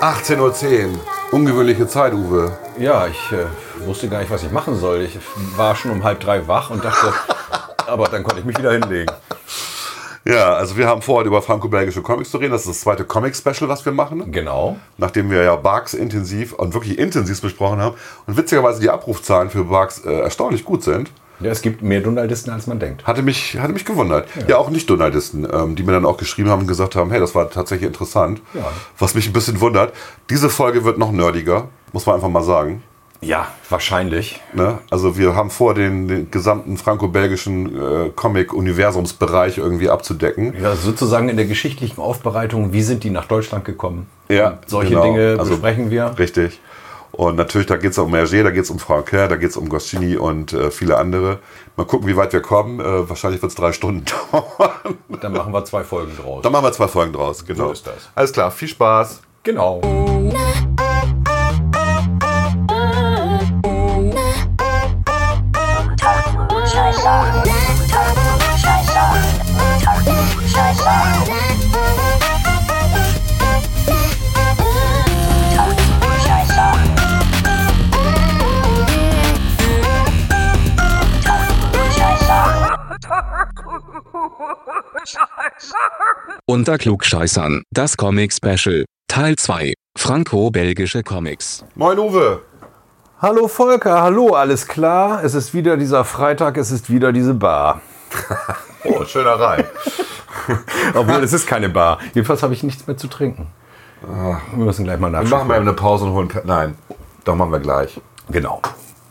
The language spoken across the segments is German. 16.10 Uhr. Ungewöhnliche Zeit, Uwe. Ja, ich äh, wusste gar nicht, was ich machen soll. Ich war schon um halb drei wach und dachte, aber dann konnte ich mich wieder hinlegen. Ja, also wir haben vorher über franco-belgische Comics zu reden. Das ist das zweite Comic-Special, was wir machen. Genau. Nachdem wir ja Barks intensiv und wirklich intensiv besprochen haben und witzigerweise die Abrufzahlen für Barks äh, erstaunlich gut sind, Ja, es gibt mehr Donaldisten, als man denkt. hatte mich, hatte mich gewundert. Ja, auch Nicht-Donaldisten, ähm, die mir dann auch geschrieben haben und gesagt haben, hey, das war tatsächlich interessant. Ja. Was mich ein bisschen wundert. Diese Folge wird noch nerdiger, muss man einfach mal sagen. Ja, wahrscheinlich. Ne? Also wir haben vor, den, den gesamten franco-belgischen äh, Comic-Universumsbereich irgendwie abzudecken. Ja, sozusagen in der geschichtlichen Aufbereitung, wie sind die nach Deutschland gekommen? Ja, Und solche genau. Dinge Also- besprechen wir. Richtig. Und natürlich, da geht es um Hergé, da geht es um Franquin, da geht es um Goscinny und äh, viele andere. Mal gucken, wie weit wir kommen. Äh, wahrscheinlich wird es drei Stunden dauern. Dann machen wir zwei Folgen draus. Dann machen wir zwei Folgen draus. Genau. So ist das. Alles klar, viel Spaß. Genau. Unter Klugscheißern, das Comic Special, Teil 2, Franco-belgische Comics. Moin Uwe. Hallo Volker, hallo, alles klar? Es ist wieder dieser Freitag, es ist wieder diese Bar. Oh, schöner Reim. Obwohl, es ist keine Bar. Jedenfalls habe ich nichts mehr zu trinken. Wir müssen gleich mal nachschauen. machen wir eine Pause und holen... Pe- Nein, doch machen wir gleich. Genau.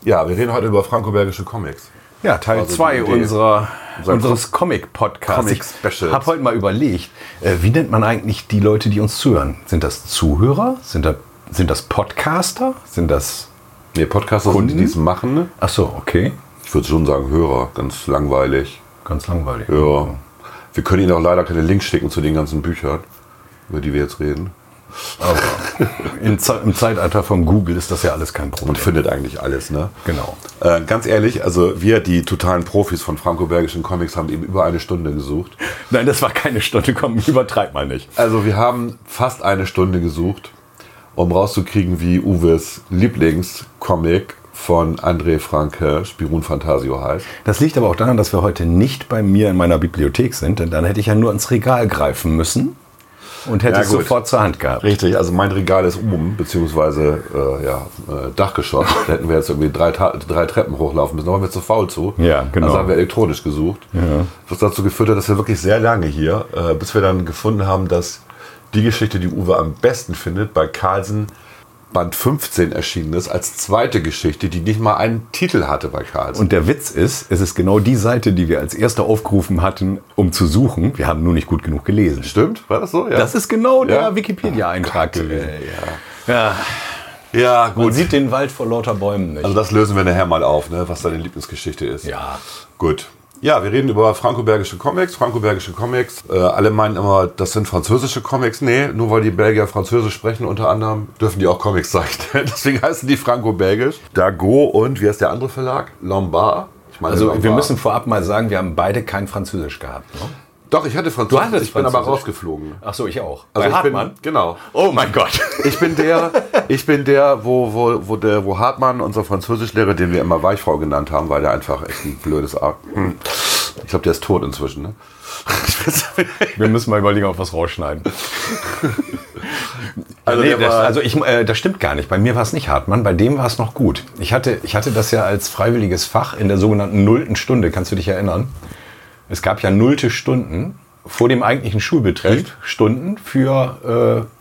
Ja, wir reden heute über franco-belgische Comics. Ja, Teil Also die 2 Idee. unserer, Unser unseres Comic-Podcasts. Comic-Specials. Ich habe heute mal überlegt, äh, wie nennt man eigentlich die Leute, die uns zuhören? Sind das Zuhörer? Sind das, sind das Podcaster? Sind das... Nee, Podcaster sind die, die es machen. Ach so, okay. Ich würde schon sagen Hörer, ganz langweilig. Ganz langweilig. Ja. Wir können Ihnen auch leider keine Links schicken zu den ganzen Büchern, über die wir jetzt reden. Im, Ze- Im Zeitalter von Google ist das ja alles kein Problem. Man findet eigentlich alles, ne? Genau. Äh, ganz ehrlich, also wir, die totalen Profis von franco-belgischen Comics, haben eben über eine Stunde gesucht. Nein, das war keine Stunde, komm, übertreib mal nicht. Also wir haben fast eine Stunde gesucht, um rauszukriegen, wie Uwes Lieblingscomic von André Franke, Spirun Fantasio heißt. Das liegt aber auch daran, dass wir heute nicht bei mir in meiner Bibliothek sind, denn dann hätte ich ja nur ins Regal greifen müssen und hätte Ja, es gut. sofort zur Hand gehabt. Richtig, also mein Regal ist oben, beziehungsweise äh, ja, äh, Dachgeschoss. Da hätten wir jetzt irgendwie drei, Ta drei Treppen hochlaufen müssen. Da waren wir zu faul zu. Ja, genau. Also haben wir elektronisch gesucht. Was dazu geführt hat, dass wir wirklich sehr lange hier, äh, bis wir dann gefunden haben, dass die Geschichte, die Uwe am besten findet, bei Carlsen Band 15 erschienen ist, als zweite Geschichte, die nicht mal einen Titel hatte bei Carlsen. Und der Witz ist, es ist genau die Seite, die wir als erste aufgerufen hatten, um zu suchen. Wir haben nur nicht gut genug gelesen. stimmt, war das so? Ja. Das ist genau der Ja? Wikipedia-Eintrag gewesen. Ja. ja, man gut. sieht den Wald vor lauter Bäumen nicht. Also das lösen wir nachher mal auf, ne, was deine Lieblingsgeschichte ist. ja. Gut. Ja, wir reden über franco-belgische Comics. Franco-belgische Comics. Äh, alle meinen immer, das sind französische Comics. Nee, nur weil die Belgier Französisch sprechen unter anderem, dürfen die auch Comics zeichnen. Deswegen heißen die franco-belgisch. Dago und, wie heißt der andere Verlag? Lombard. Ich meine, Also Lombard. wir müssen vorab mal sagen, wir haben beide kein Französisch gehabt. Ne? Doch, ich hatte Französisch. Du hattest ich bin aber Französisch. rausgeflogen. Ach so, ich auch. Also Bei ich bin, Hartmann? genau. oh mein Gott. Ich bin der, ich bin der, wo, wo, wo der, wo Hartmann, unser Französischlehrer, den wir immer Weichfrau genannt haben, weil der einfach echt ein blödes Ar Ich glaube, der ist tot inzwischen, ne? Ich weiß nicht. Wir müssen mal überlegen, ob wir es rausschneiden. Also, nee, der das, war- also ich, äh, das stimmt gar nicht. Bei mir war es nicht Hartmann, bei dem war es noch gut. Ich hatte, ich hatte das ja als freiwilliges Fach in der sogenannten nullten Stunde. Kannst du dich erinnern? Es gab ja nullte Stunden vor dem eigentlichen Schulbetrieb. Stunden für... äh,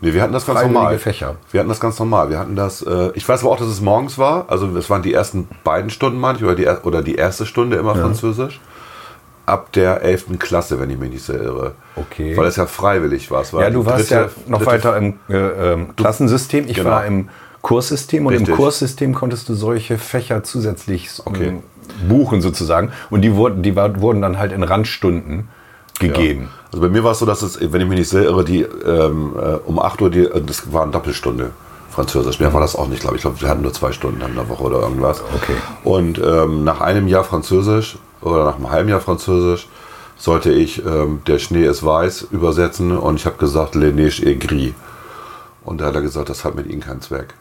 Nee, wir hatten das ganz Freiwillige normal. Fächer. Wir hatten das ganz normal. Wir hatten das, äh, ich weiß aber auch, dass es morgens war. Also es waren die ersten beiden Stunden manchmal oder die, er- oder die erste Stunde immer Französisch. Ab der 11. Klasse, wenn ich mich nicht so irre. Okay. Weil es ja freiwillig war. Es war Äh, ja, du die warst dritte- ja noch dritte- weiter im äh, ähm, Klassensystem. Ich Genau. war im Kurssystem und Richtig. im Kurssystem konntest du solche Fächer zusätzlich Okay. ähm, buchen sozusagen. Und die wurden, die war, wurden dann halt in Randstunden gegeben. Also bei mir war es so, dass es, wenn ich mich nicht sehr irre, die ähm, äh, um 8 Uhr, die, äh, das war eine Doppelstunde Französisch. Mehr war das auch nicht, glaube ich. Ich glaube, wir hatten nur zwei Stunden dann in der Woche oder irgendwas. Okay. Und ähm, nach einem Jahr Französisch oder nach einem halben Jahr Französisch sollte ich ähm, Der Schnee ist weiß übersetzen und ich habe gesagt, Le Neige est gris. Und da hat er gesagt, das hat mit Ihnen keinen Zweck.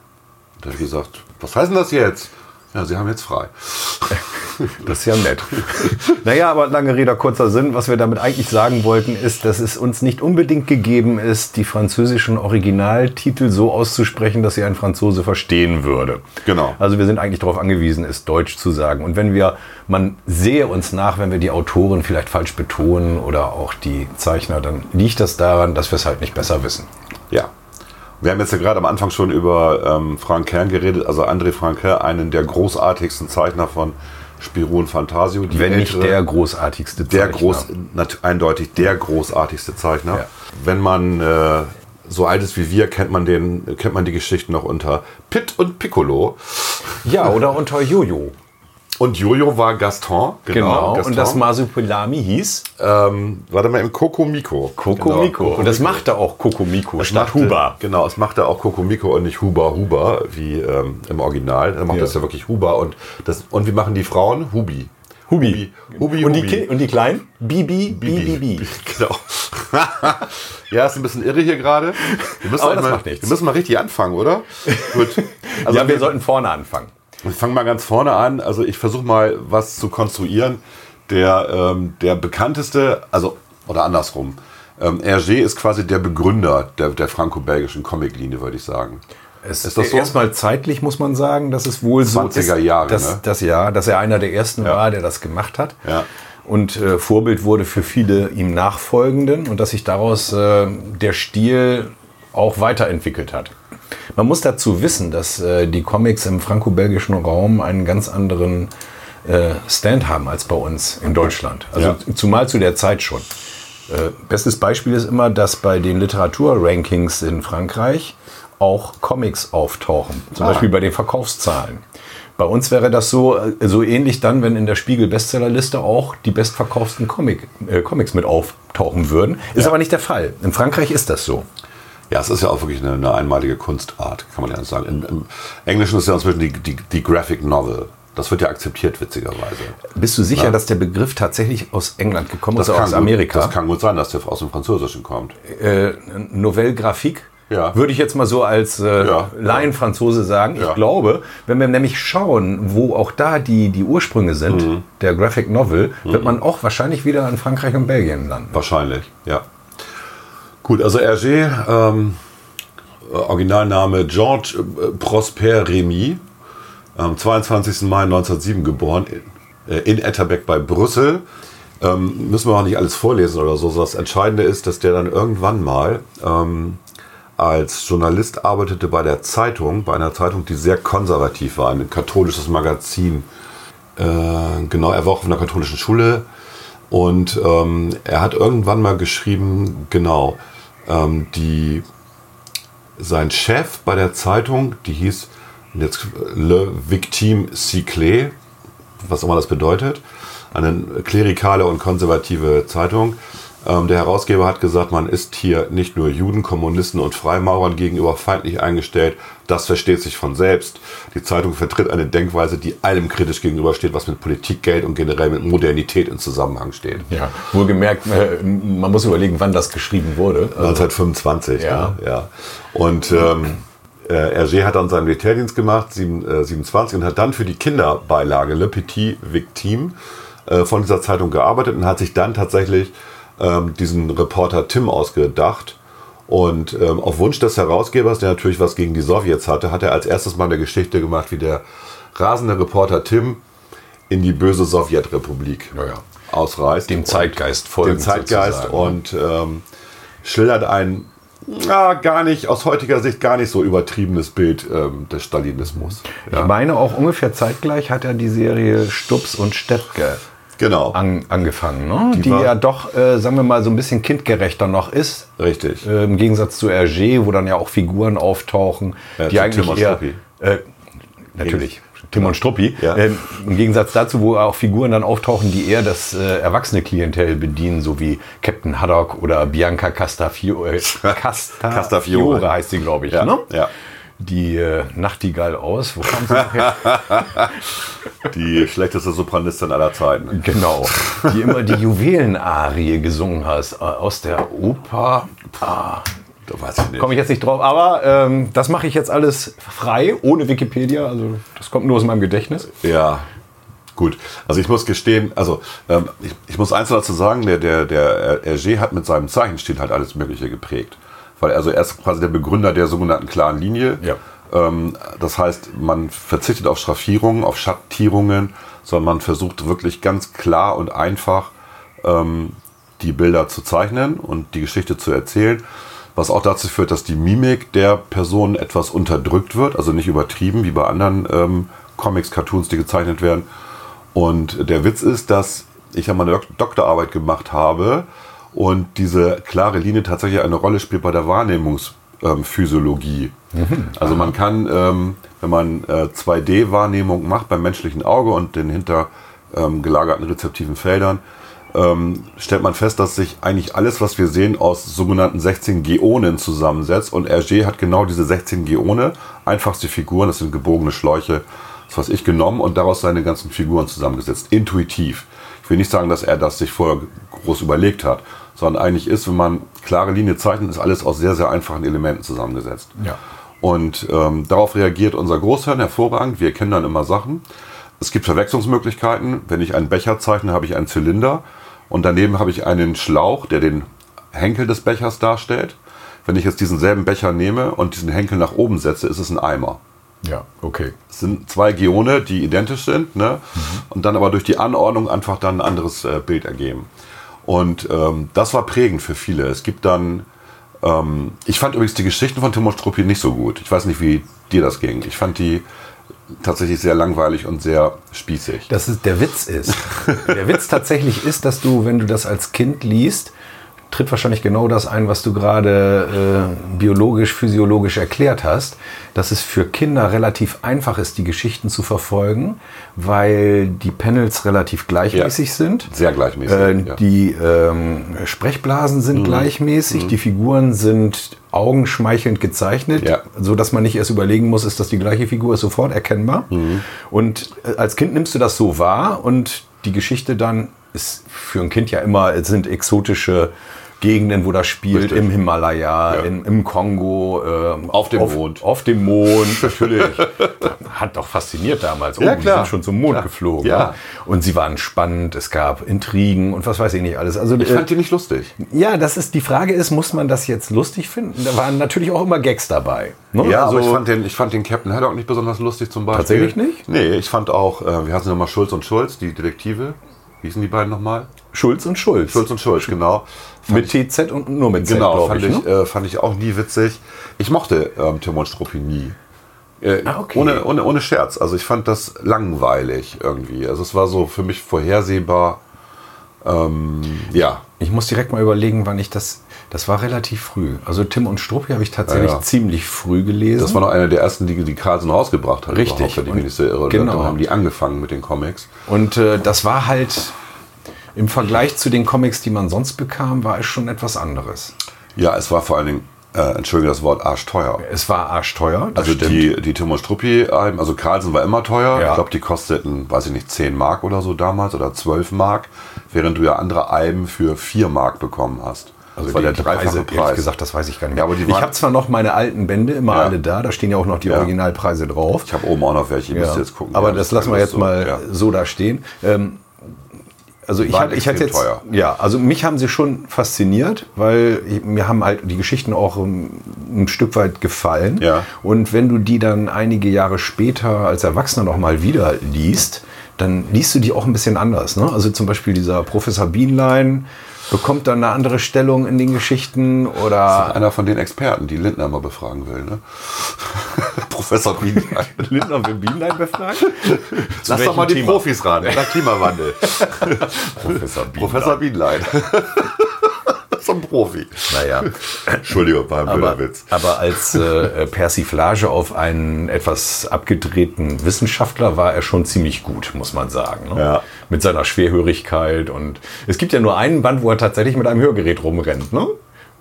Und da habe ich gesagt, was heißt denn das jetzt? Ja, Sie haben jetzt frei. Das ist ja nett. naja, aber lange Rede, kurzer Sinn. Was wir damit eigentlich sagen wollten, ist, dass es uns nicht unbedingt gegeben ist, die französischen Originaltitel so auszusprechen, dass sie ein Franzose verstehen würde. Genau. Also wir sind eigentlich darauf angewiesen, es deutsch zu sagen. Und wenn wir, man sehe uns nach, wenn wir die Autoren vielleicht falsch betonen oder auch die Zeichner, dann liegt das daran, dass wir es halt nicht besser wissen. Ja. Wir haben jetzt ja gerade am Anfang schon über ähm, Frank Kern geredet, also André Frank Kern, einen der großartigsten Zeichner von Spirou und Fantasio. Die Wenn nicht ältere- der großartigste der Zeichner. groß, nat- eindeutig der großartigste Zeichner. Ja. Wenn man äh, so alt ist wie wir, kennt man den, kennt man die Geschichten noch unter Pitt und Piccolo. Ja, oder unter Jojo. Und Jojo war Gaston. Genau. Gaston. Und das Masupilami hieß ähm, warte mal, im Kokomiko. Kokomiko. Genau, Und das machte auch Kokomiko Das statt machte- Huba. Genau, es machte auch Kokomiko und nicht Huba Huba, wie ähm, im Original. Er macht Ja. das ja wirklich Huba. Und, das, und wie machen die Frauen? Hubi. Hubi. Hubi, Hubi. Und, die Ki- und die Kleinen? Bibi, Bibi, Bibi. Genau. ja, ist ein bisschen irre hier gerade. Wir müssen, Aber halt das mal, macht nichts. wir müssen mal richtig anfangen, oder? Gut. Also ja, wir sollten vorne anfangen. wir fangen mal ganz vorne an. Also ich versuche mal was zu konstruieren. Der, ähm, der bekannteste, also oder andersrum. Ähm, Hergé ist quasi der Begründer der, der franco-belgischen Comiclinie, würde ich sagen. Es Ist das so? Erstmal zeitlich muss man sagen, dass es wohl so 20er ist, Jahre, dass, ne? dass, ja, dass er einer der ersten Ja. war, der das gemacht hat. Ja. Und äh, Vorbild wurde für viele ihm Nachfolgenden und dass sich daraus äh, der Stil auch weiterentwickelt hat. Man muss dazu wissen, dass äh, die Comics im franco-belgischen Raum einen ganz anderen äh, Stand haben als bei uns in Deutschland. Also Ja. zumal zu der Zeit schon. Äh, bestes Beispiel ist immer, dass bei den Literaturrankings in Frankreich auch Comics auftauchen. Zum Ah. Beispiel bei den Verkaufszahlen. Bei uns wäre das so, äh, so ähnlich dann, wenn in der Spiegel-Bestsellerliste auch die bestverkauften Comic, äh, Comics mit auftauchen würden. Ist aber nicht der Fall. In Frankreich ist das so. Ja, es ist ja auch wirklich eine, eine einmalige Kunstart, kann man ja sagen. Im, Im Englischen ist ja inzwischen die, die, die Graphic Novel. Das wird ja akzeptiert, witzigerweise. Bist du sicher, dass der Begriff tatsächlich aus England gekommen ist oder aus gut, Amerika? das kann gut sein, dass der aus dem Französischen kommt. äh, Novelle Graphique. Ja. Würde ich jetzt mal so als äh, Ja. Laienfranzose sagen. Ja. Ich glaube, wenn wir nämlich schauen, wo auch da die, die Ursprünge sind, Mhm. der Graphic Novel, wird man auch wahrscheinlich wieder in Frankreich und Belgien landen. Wahrscheinlich, ja. Gut, also Hergé, ähm, äh, Originalname Georges äh, Prosper Remy, am 22. Mai 1907 geboren, in, äh, in Etterbeck bei Brüssel. Ähm, müssen wir auch nicht alles vorlesen oder so. Das Entscheidende ist, dass der dann irgendwann mal ähm, als Journalist arbeitete bei der Zeitung, bei einer Zeitung, die sehr konservativ war, ein katholisches Magazin. Äh, genau, er war auch auf einer katholischen Schule und ähm, er hat irgendwann mal geschrieben, genau, ähm, die, sein Chef bei der Zeitung, die hieß und jetzt Le Victime Cyclé, was auch immer das bedeutet, eine klerikale und konservative Zeitung. Ähm, der Herausgeber hat gesagt, man ist hier nicht nur Juden, Kommunisten und Freimaurern gegenüber feindlich eingestellt. Das versteht sich von selbst. Die Zeitung vertritt eine Denkweise, die allem kritisch gegenübersteht, was mit Politik, Geld und generell mit Modernität in Zusammenhang steht. Ja, wohlgemerkt, äh, man muss überlegen, wann das geschrieben wurde. Also, 1925. Ja. Ne? ja. Und ähm, äh, Hergé hat dann seinen Militärdienst gemacht, sieben, äh, 27, und hat dann für die Kinderbeilage Le Petit Victime äh, von dieser Zeitung gearbeitet und hat sich dann tatsächlich ähm, diesen Reporter Tim ausgedacht. Und ähm, auf Wunsch des Herausgebers, der natürlich was gegen die Sowjets hatte, hat er als erstes mal eine Geschichte gemacht, wie der rasende Reporter Tim in die böse Sowjetrepublik Naja. ausreist. Dem Und- Zeitgeist folgend Dem Zeitgeist sozusagen. ne? und ähm, schildert ein na, gar nicht, aus heutiger Sicht gar nicht so übertriebenes Bild ähm, des Stalinismus. Ich meine, auch ungefähr zeitgleich hat er die Serie Stups und Steppke Genau, an, angefangen, ne? die, war- ja doch, äh, sagen wir mal, so ein bisschen kindgerechter noch ist. richtig. Äh, Im Gegensatz zu Hergé, wo dann ja auch Figuren auftauchen, Ja, die zu eigentlich Tim und eher, Struppi. Äh, natürlich, Tim und Struppi. Ja. Ähm, Im Gegensatz dazu, wo auch Figuren dann auftauchen, die eher das äh, erwachsene Klientel bedienen, so wie Captain Haddock oder Bianca Castafiore. Äh, Casta Castafiore. Castafiore heißt sie, glaube ich. Ja, Ne? ja. Die äh, Nachtigall aus, wo kam sie noch her? Die schlechteste Sopranistin aller Zeiten. Genau, die immer die Juwelenarie gesungen hast äh, aus der Oper. Ah, Da weiß ich nicht. Komme ich jetzt nicht drauf, aber ähm, das mache ich jetzt alles frei, ohne Wikipedia. Also das kommt nur aus meinem Gedächtnis. Ja, gut. Also ich muss gestehen, also ähm, ich, ich muss eins dazu sagen, der, der, der Hergé hat mit seinem Zeichenstil halt alles Mögliche geprägt. Weil also er ist quasi der Begründer der sogenannten klaren Linie. Ja. Ähm, das heißt, man verzichtet auf Schraffierungen, auf Schattierungen, sondern man versucht wirklich ganz klar und einfach ähm, die Bilder zu zeichnen und die Geschichte zu erzählen. Was auch dazu führt, dass die Mimik der Personen etwas unterdrückt wird, also nicht übertrieben wie bei anderen ähm, Comics, Cartoons, die gezeichnet werden. Und der Witz ist, dass ich ja meine Dok- Doktorarbeit gemacht habe und diese klare Linie tatsächlich eine Rolle spielt bei der Wahrnehmungsphysiologie. Also man kann, ähm, wenn man äh, 2D-Wahrnehmung macht beim menschlichen Auge und den hinter ähm, gelagerten rezeptiven Feldern, ähm, stellt man fest, dass sich eigentlich alles, was wir sehen, aus sogenannten 16 Geonen zusammensetzt. Und Hergé hat genau diese 16 Geone, einfachste Figuren, das sind gebogene Schläuche, das was ich genommen und daraus seine ganzen Figuren zusammengesetzt. Intuitiv. Ich will nicht sagen, dass er das sich vorher groß überlegt hat, sondern eigentlich ist, wenn man klare Linie zeichnet, ist alles aus sehr, sehr einfachen Elementen zusammengesetzt. Ja. Und ähm, darauf reagiert unser Großhirn hervorragend. Wir kennen dann immer Sachen. Es gibt Verwechslungsmöglichkeiten. Wenn ich einen Becher zeichne, habe ich einen Zylinder und daneben habe ich einen Schlauch, der den Henkel des Bechers darstellt. Wenn ich jetzt diesen selben Becher nehme und diesen Henkel nach oben setze, ist es ein Eimer. Ja, okay. Es sind zwei Geone, die identisch sind, ne? und dann aber durch die Anordnung einfach dann ein anderes äh, Bild ergeben. Und ähm, das war prägend für viele. Es gibt dann, ähm, ich fand übrigens die Geschichten von Timo Struppi nicht so gut. Ich weiß nicht, wie dir das ging. Ich fand die tatsächlich sehr langweilig und sehr spießig. Das ist, der Witz ist. der Witz tatsächlich ist, dass du, wenn du das als Kind liest, tritt wahrscheinlich genau das ein, was du gerade äh, biologisch, physiologisch erklärt hast, dass es für Kinder relativ einfach ist, die Geschichten zu verfolgen, weil die Panels relativ gleichmäßig sind. Sehr gleichmäßig, Äh, ja. Mhm. Die ähm, Sprechblasen sind gleichmäßig, die Figuren sind augenschmeichelnd gezeichnet, Ja. so dass man nicht erst überlegen muss, ist das die gleiche Figur, ist sofort erkennbar. Mhm. Und äh, als Kind nimmst du das so wahr und die Geschichte dann ist für ein Kind ja immer, es sind exotische Gegenden, wo das spielt, Richtig. im Himalaya, Ja. in, im Kongo, ähm, Auf dem Mond. Auf dem Mond, natürlich. Hat doch fasziniert damals. Oh, Ja, die klar. sind schon zum Mond Klar. geflogen. Ja. ne? Und sie waren spannend, es gab Intrigen und was weiß ich nicht alles. Also Ich fand die nicht lustig. ja, das ist die Frage ist, muss man das jetzt lustig finden? Da waren natürlich auch immer Gags dabei. ne? Ja, also, aber ich fand, den, ich fand den Captain Haddock nicht besonders lustig zum Beispiel. Tatsächlich nicht? Nee, ich fand auch, äh, wie heißen sie nochmal, Schulz und Schulz, die Detektive. Wie hießen die beiden nochmal? Schulz und Schulz. Schulz und Schulz, genau. Fand mit TZ und nur mit Z, Genau, glaube fand ich. ich, ne? äh, fand ich auch nie witzig. Ich mochte ähm, Tim und Struppi nie. Äh, Ah, okay. ohne, ohne, ohne Scherz. Also ich fand das langweilig irgendwie. Also es war so für mich vorhersehbar. Ähm, ja, Ich muss direkt mal überlegen, wann ich das. Das war relativ früh. Also Tim und Struppi habe ich tatsächlich Ja, ja. ziemlich früh gelesen. das war noch einer der ersten, die die Carlsen rausgebracht hat. Richtig. überhaupt, wenn ich Und- mich nicht so irre. genau. Dann haben die angefangen mit den Comics. Und äh, das war halt im Vergleich zu den Comics, die man sonst bekam, war es schon etwas anderes. Ja, es war vor allen Dingen, äh, entschuldige das Wort, arschteuer. Es war arschteuer, das Also die, die Tim und Struppi, Alben, also Carlsen war immer teuer. Ja. Ich glaube, die kosteten, weiß ich nicht, 10 Mark oder so damals oder 12 Mark, während du ja andere Alben für 4 Mark bekommen hast. Also das war die, der die dreifache Preise, Preis. ehrlich gesagt, das weiß ich gar nicht Ja, aber mehr. die ich waren- habe zwar noch meine alten Bände, immer Ja. alle da, da stehen ja auch noch die Ja. Originalpreise drauf. ich habe oben auch noch welche, müsst Ja. ihr jetzt gucken. Aber Ja, das lassen wir ist jetzt so, mal ja. so da stehen. Ähm, also ich Waren hatte, ich hatte extrem teuer. jetzt, ja, also mich haben sie schon fasziniert, weil ich, mir haben halt die Geschichten auch ein, ein Stück weit gefallen. Ja. Und wenn du die dann einige Jahre später als Erwachsener noch mal wieder liest, dann liest du die auch ein bisschen anders. Ne? Also zum Beispiel dieser Professor Bienlein bekommt dann eine andere Stellung in den Geschichten oder Einer von den Experten, die Lindner mal befragen will, ne? Professor Bienenberg. Lindner will Bienlein befragt. Lass doch mal die Profis ran. Der Klimawandel. Professor Bienlein. Professor Bienlein. Zum Profi. Naja. Entschuldigung, war ein Aber, blöder Witz. aber als äh, Persiflage auf einen etwas abgedrehten Wissenschaftler war er schon ziemlich gut, muss man sagen. Ne? Ja. Mit seiner Schwerhörigkeit und es gibt ja nur einen Band, wo er tatsächlich mit einem Hörgerät rumrennt. Ne?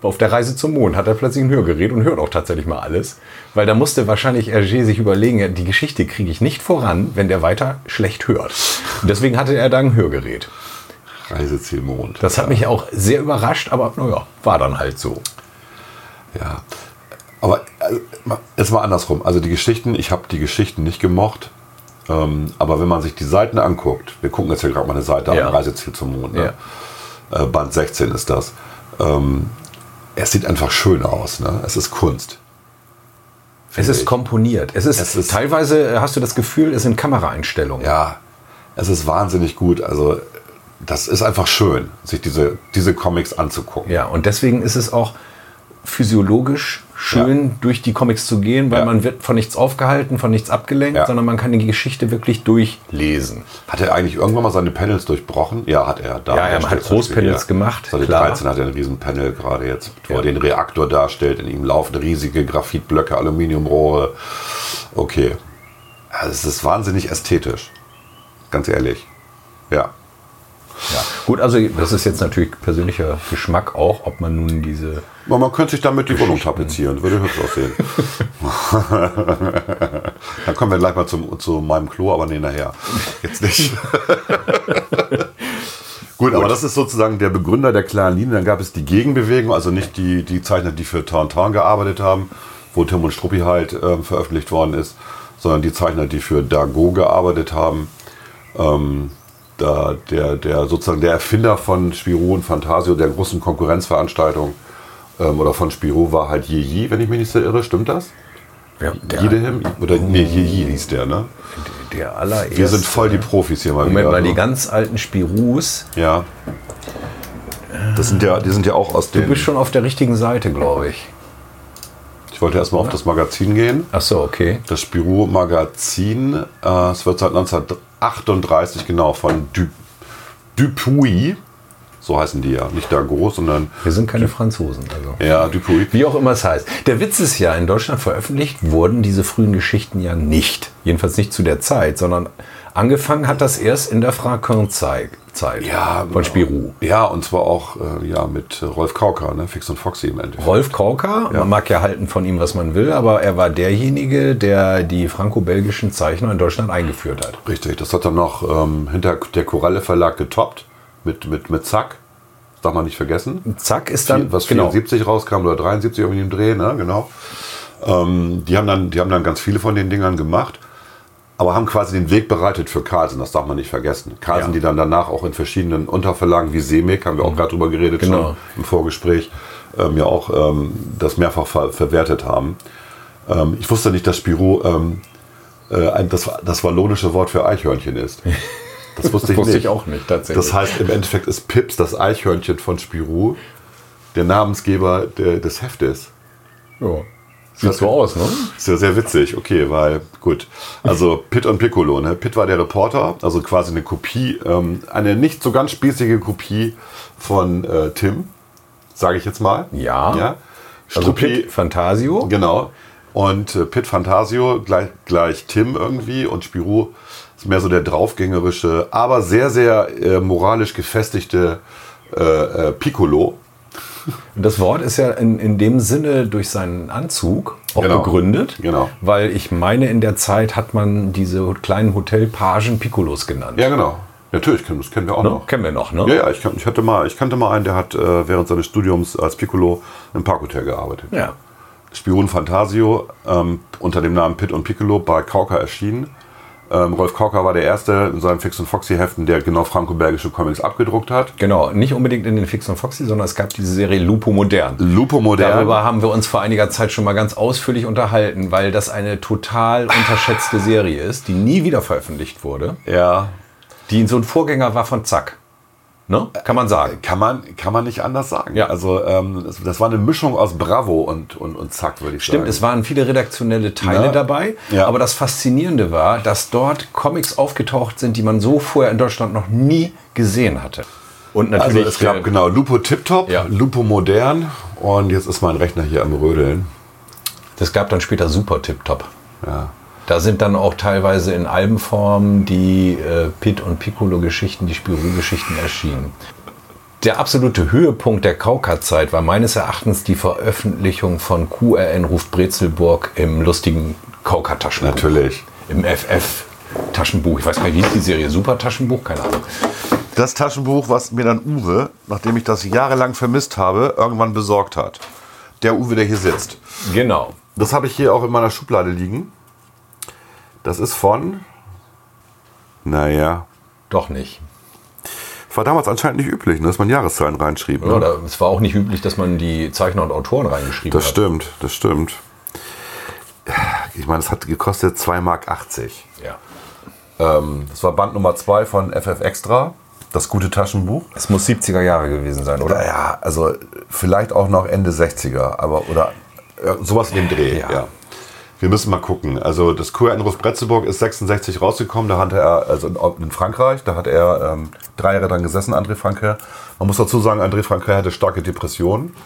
Auf der Reise zum Mond hat er plötzlich ein Hörgerät und hört auch tatsächlich mal alles. Weil da musste wahrscheinlich Hergé sich überlegen, die Geschichte kriege ich nicht voran, wenn der weiter schlecht hört. Und deswegen hatte er da ein Hörgerät. Reiseziel Mond. Das hat mich auch sehr überrascht, aber naja, war dann halt so. Ja. Aber äh, ma- jetzt mal andersrum. Also die Geschichten, ich habe die Geschichten nicht gemocht. Ähm, aber wenn man sich die Seiten anguckt, wir gucken jetzt ja gerade mal eine Seite Ja. an, Reiseziel zum Mond. Ne? Äh, Band 16 ist das. Ähm, es sieht einfach schön aus. Ne? Es ist Kunst. Es ist ich. komponiert. Es ist, Es ist- teilweise äh, hast du das Gefühl, es sind Kameraeinstellungen. Ja, es ist wahnsinnig gut. Also das ist einfach schön, sich diese, diese Comics anzugucken. Ja, und deswegen ist es auch physiologisch schön, durch die Comics zu gehen, weil Ja. man wird von nichts aufgehalten, von nichts abgelenkt, Ja. sondern man kann die Geschichte wirklich durchlesen. Hat er eigentlich irgendwann mal seine Panels durchbrochen? Ja, hat er. Da Ja, er hat steht's zum Beispiel Großpanels hier. gemacht, Seite klar. 13 hat er ein Riesenpanel gerade jetzt, wo er Ja. den Reaktor darstellt. In ihm laufen riesige Graphitblöcke, Aluminiumrohre. Okay. Also es ist wahnsinnig ästhetisch. Ganz ehrlich. Ja. Ja. Gut, also das ist jetzt natürlich persönlicher Geschmack auch, ob man nun diese Aber man könnte sich damit die Wohnung tapezieren. Würde hübsch aussehen. Dann kommen wir gleich mal zum, zu meinem Klo, aber nee, nachher. Jetzt nicht. Gut, aber das ist sozusagen der Begründer der klaren Linie. Dann gab es die Gegenbewegung, also nicht die, die Zeichner, die für Tauntaun gearbeitet haben, wo Tim und Struppi halt ähm, veröffentlicht worden ist, sondern die Zeichner, die für Dago gearbeitet haben. Ähm, da, der, der sozusagen der Erfinder von Spirou und Fantasio, der großen Konkurrenzveranstaltung ähm, oder von Spirou war halt Yeji, wenn ich mich nicht so irre, stimmt das? ja, Jidehim? Oder nee, Yeji hieß der, ne? der allererste. Wir sind voll die Profis hier mal Moment mal, die ne? ganz alten Spirus. Ja. Das sind ja, die sind ja auch aus Du dem. bist schon auf der richtigen Seite, glaube ich. Ich wollte erstmal auf das Magazin gehen. Ach so, okay. Das Spirou Magazin, äh, es wird seit 1938 genau von Du- Dupuy, so heißen die ja, nicht Dago, sondern Wir sind keine Franzosen. Also. ja, Dupuy. Wie auch immer es heißt. Der Witz ist ja, in Deutschland veröffentlicht wurden diese frühen Geschichten ja nicht. Jedenfalls nicht zu der Zeit, sondern angefangen hat das erst in der Fraquin-Zeit Zeit Ja, von Spirou. Ja, und zwar auch äh, ja, mit Rolf Kauker, ne? Fix und Foxy im Endeffekt. Rolf Kauker, man mag ja halten von ihm, was man will, aber er war derjenige, der die franco-belgischen Zeichner in Deutschland eingeführt hat. Richtig, das hat dann noch ähm, hinter der Koralle Verlag getoppt mit, mit, mit Zack. Das darf man nicht vergessen. Zack ist dann, was genau, 74 rauskam oder 73 irgendwie im Dreh, ne? genau. Ähm, die, haben dann, die haben dann ganz viele von den Dingern gemacht, aber haben quasi den Weg bereitet für Carlsen, das darf man nicht vergessen. Carlsen, Ja. die dann danach auch in verschiedenen Unterverlagen wie Semek, haben wir auch gerade drüber geredet Genau. schon im Vorgespräch, ähm, ja auch ähm, das mehrfach ver verwertet haben. Ähm, ich wusste nicht, dass Spirou ähm, äh, ein, das, das wallonische Wort für Eichhörnchen ist. Das wusste ich, wusste nicht. ich auch nicht tatsächlich. Das heißt, im Endeffekt ist Pips das Eichhörnchen von Spirou, der Namensgeber der, des Heftes. ja. Sieht so aus, ne? Ist ja sehr witzig, okay, weil gut. Also Pitt und Piccolo, ne? Pitt war der Reporter, also quasi eine Kopie, ähm, eine nicht so ganz spießige Kopie von äh, Tim, sage ich jetzt mal. Ja. ja? Also Struppi- Pitt Fantasio. Genau. Und äh, Pit Fantasio gleich, gleich Tim irgendwie und Spirou ist mehr so der draufgängerische, aber sehr, sehr äh, moralisch gefestigte äh, äh, Piccolo. Das Wort ist ja in, in dem Sinne durch seinen Anzug auch Genau. begründet, Genau. weil ich meine, in der Zeit hat man diese kleinen Hotelpagen Piccolos genannt. Ja, genau. Natürlich, kennen- das kennen wir auch Ne? noch. Kennen wir noch, ne? Ja, ja, ich, kan- ich, hatte mal, ich kannte mal einen, der hat äh, während seines Studiums als Piccolo im Parkhotel gearbeitet. Ja. Spion Fantasio ähm, unter dem Namen Pitt und Piccolo bei Kauka erschienen. Ähm, Rolf Kauka war der Erste in seinen Fix- und Foxy-Heften, der genau franco-belgische Comics abgedruckt hat. Genau, nicht unbedingt in den Fix und Foxy, sondern es gab diese Serie Lupo Modern. Lupo Modern. Darüber haben wir uns vor einiger Zeit schon mal ganz ausführlich unterhalten, weil das eine total unterschätzte Serie ist, die nie wieder veröffentlicht wurde, Ja. die so ein Vorgänger war von Zack. Ne? Kann man sagen. Kann man, kann man nicht anders sagen. Ja. Also ähm, das, das war eine Mischung aus Bravo und, und, und Zack, würde ich Stimmt, sagen. es waren viele redaktionelle Teile Ja. dabei, Ja. aber das Faszinierende war, dass dort Comics aufgetaucht sind, die man so vorher in Deutschland noch nie gesehen hatte. Und also natürlich äh, es gab genau Lupo Tiptop, Ja. Lupo Modern und jetzt ist mein Rechner hier am Rödeln. das gab dann später Super Tip Top. Ja. Da sind dann auch teilweise in Albenform die äh, Pitt und Piccolo Geschichten, die Spirou Geschichten erschienen. Der absolute Höhepunkt der Kauka-Zeit war meines Erachtens die Veröffentlichung von QRN Ruf Brezelburg im lustigen Kauka-Taschenbuch. Natürlich. im FF Taschenbuch. Ich weiß gar nicht, wie hieß die Serie? Super Taschenbuch? Keine Ahnung. Das Taschenbuch, was mir dann Uwe, nachdem ich das jahrelang vermisst habe, irgendwann besorgt hat. der Uwe, der hier sitzt. Genau. Das habe ich hier auch in meiner Schublade liegen. Das ist von. Naja. Doch nicht. War damals anscheinend nicht üblich, ne, dass man Jahreszahlen reinschrieb. Ne? Ja, da, es war auch nicht üblich, dass man die Zeichner und Autoren reingeschrieben Das hat. stimmt, das stimmt. Ich meine, es hat gekostet 2,80 Mark. Ja. Ähm, das war Band Nummer 2 von FF Extra, das gute Taschenbuch. Es muss 70er Jahre gewesen sein, oder? Ja, also vielleicht auch noch Ende 60er, aber oder ja, sowas in dem Dreh, ja. Ja. Wir müssen mal gucken. Also das Kur in Brezeburg ist 66 rausgekommen, da hatte er, also in, in Frankreich, da hat er ähm, drei Jahre dran gesessen, André Franke. Man muss dazu sagen, André Franke hatte starke Depressionen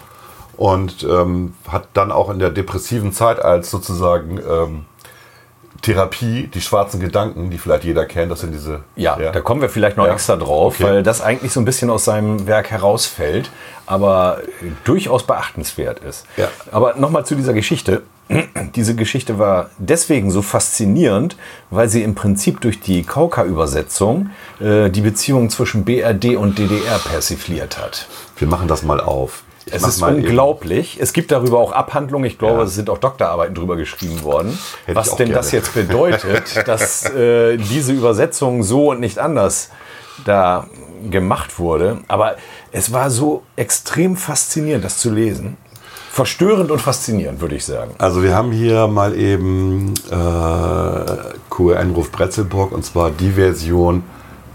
und ähm, hat dann auch in der depressiven Zeit als sozusagen ähm, Therapie die schwarzen Gedanken, die vielleicht jeder kennt, das sind diese... Ja, da kommen wir vielleicht noch Ja. extra drauf, Okay. weil das eigentlich so ein bisschen aus seinem Werk herausfällt, aber äh, durchaus beachtenswert ist. Ja. Aber nochmal zu dieser Geschichte. Diese Geschichte war deswegen so faszinierend, weil sie im Prinzip durch die Kauka-Übersetzung äh, die Beziehung zwischen BRD und DDR persifliert hat. Wir machen das mal auf. Ich Es mach ist mal eben- unglaublich. Es gibt darüber auch Abhandlungen. Ich glaube, es sind auch Doktorarbeiten drüber geschrieben worden. Hätte ich was auch denn gerne. das jetzt bedeutet, dass äh, diese Übersetzung so und nicht anders da gemacht wurde. Aber es war so extrem faszinierend, das zu lesen. Verstörend und faszinierend, würde ich sagen. Also wir haben hier mal eben äh, QR-Einruf Bretzelburg und zwar die Version,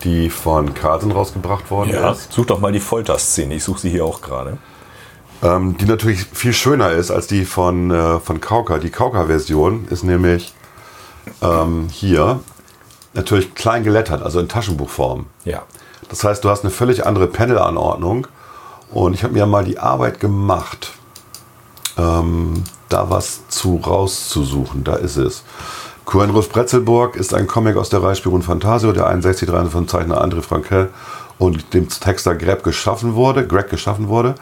die von Carlsen rausgebracht worden ist. Such doch mal die Folterszene. Ich suche sie hier auch gerade. Ähm, die natürlich viel schöner ist als die von, äh, von Kauka. Die Kauka-Version ist nämlich ähm, hier natürlich klein gelettert, also in Taschenbuchform. Ja. Das heißt, du hast eine völlig andere Panelanordnung. Und ich habe mir mal die Arbeit gemacht, ähm, da was zu rauszusuchen. Da ist es. Kurenruf Bretzelburg ist ein Comic aus der Reihe Spiron Fantasio, der 61 von Zeichner André Frankel und dem Texter Greg geschaffen wurde. Greg geschaffen wurde.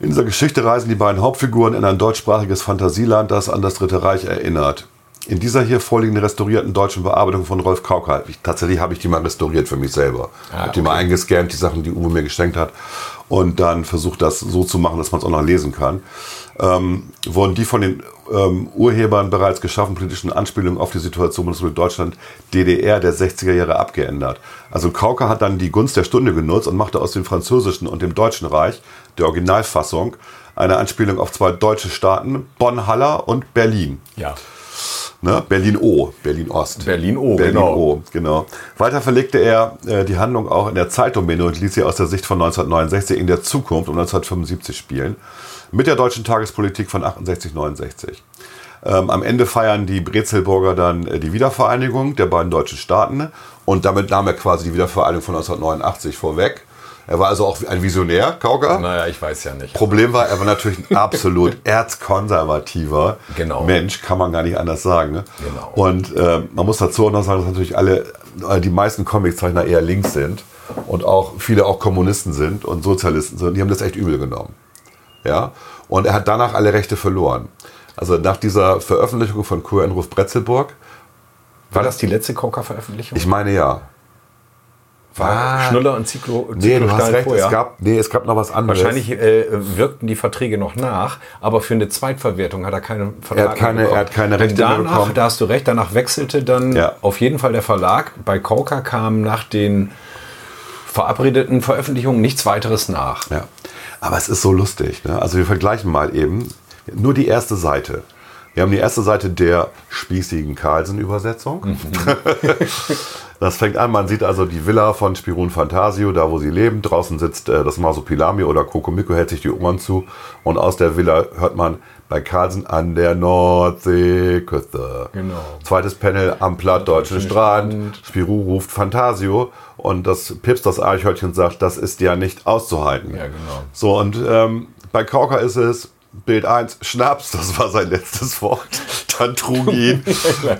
In dieser Geschichte reisen die beiden Hauptfiguren in ein deutschsprachiges Fantasieland, das an das Dritte Reich erinnert. In dieser hier vorliegenden restaurierten deutschen Bearbeitung von Rolf Kauka, ich, tatsächlich habe ich die mal restauriert für mich selber. Ich habe die mal eingescannt, die Sachen, die Uwe mir geschenkt hat, und dann versucht, das so zu machen, dass man es auch noch lesen kann. Ähm, wurden die von den ähm, Urhebern bereits geschaffenen politischen Anspielungen auf die Situation in Deutschland DDR der 60er Jahre abgeändert. Also Kauka hat dann die Gunst der Stunde genutzt und machte aus dem französischen und dem deutschen Reich, der Originalfassung, eine Anspielung auf zwei deutsche Staaten, Bonn-Haller und Berlin. Ja. Ne? Berlin O, Berlin Ost. Berlin O, Berlin genau. O, genau. Weiter verlegte er äh, die Handlung auch in der Zeitdomäne und ließ sie aus der Sicht von 1969 in der Zukunft um 1975 spielen. Mit der deutschen Tagespolitik von 68, 69. Ähm, am Ende feiern die Brezelburger dann äh, die Wiedervereinigung der beiden deutschen Staaten und damit nahm er quasi die Wiedervereinigung von 1989 vorweg. Er war also auch ein Visionär, Kauka. Naja, ich weiß ja nicht. Problem war, er war natürlich ein absolut erzkonservativer Genau. Mensch, kann man gar nicht anders sagen. ne? Genau. Und äh, man muss dazu auch noch sagen, dass natürlich alle, äh, die meisten Comiczeichner eher links sind und auch viele auch Kommunisten sind und Sozialisten sind. Die haben das echt übel genommen. Ja? Und er hat danach alle Rechte verloren. Also nach dieser Veröffentlichung von Kurrenruf Bretzelburg, War das die letzte Kauka-Veröffentlichung? ich meine ja. war Schnuller und Zyklo. Nee, du hast Zyklostein recht, vorher. es gab, nee, es gab noch was anderes. Wahrscheinlich äh, wirkten die Verträge noch nach, aber für eine Zweitverwertung hat er keinen Vertrag Er hat keine- mehr bekommen. er hat keine Rechte mehr danach, bekommen. Da hast du recht, danach wechselte dann Ja. auf jeden Fall der Verlag. Bei Kauka kam nach den verabredeten Veröffentlichungen nichts weiteres nach. Ja. Aber es ist so lustig. Ne? Also wir vergleichen mal eben nur die erste Seite. Wir haben die erste Seite der spießigen Carlsen-Übersetzung. das fängt an, man sieht also die Villa von Spirun Fantasio, da wo sie leben. Draußen sitzt äh, das Masopilami oder Kokomiko, hält sich die Ohren zu. Und aus der Villa hört man bei Carlsen an der Nordseeküste. Genau. Zweites Panel am plattdeutschen Strand. Spirou ruft Fantasio und das Pips, das Eichhörnchen, sagt, das ist ja nicht auszuhalten. Ja, genau. So, und ähm, bei Kauka ist es Bild 1, Schnaps, das war sein letztes Wort. Dann trug ihn.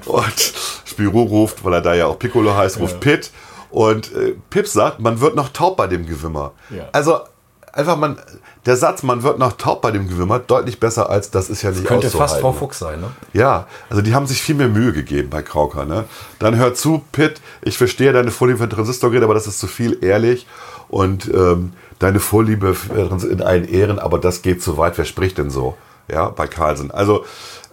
und Spirou ruft, weil er da ja auch Piccolo heißt, ruft Pitt. Und äh, Pips sagt, man wird noch taub bei dem Gewimmer. Ja. Also, einfach man, der Satz, man wird noch taub bei dem Gewimmert, deutlich besser als das ist ja nicht Könnte fast Frau auszuhalten. Fuchs sein, ne? Ja, also die haben sich viel mehr Mühe gegeben bei Krauker. Ne? Dann hör zu, Pitt, ich verstehe deine Vorliebe für Transistorgeräte, aber das ist zu viel, ehrlich. Und ähm, deine Vorliebe für Trans- in allen Ehren, aber das geht zu weit. Wer spricht denn so? Ja, bei Carlsen. Also,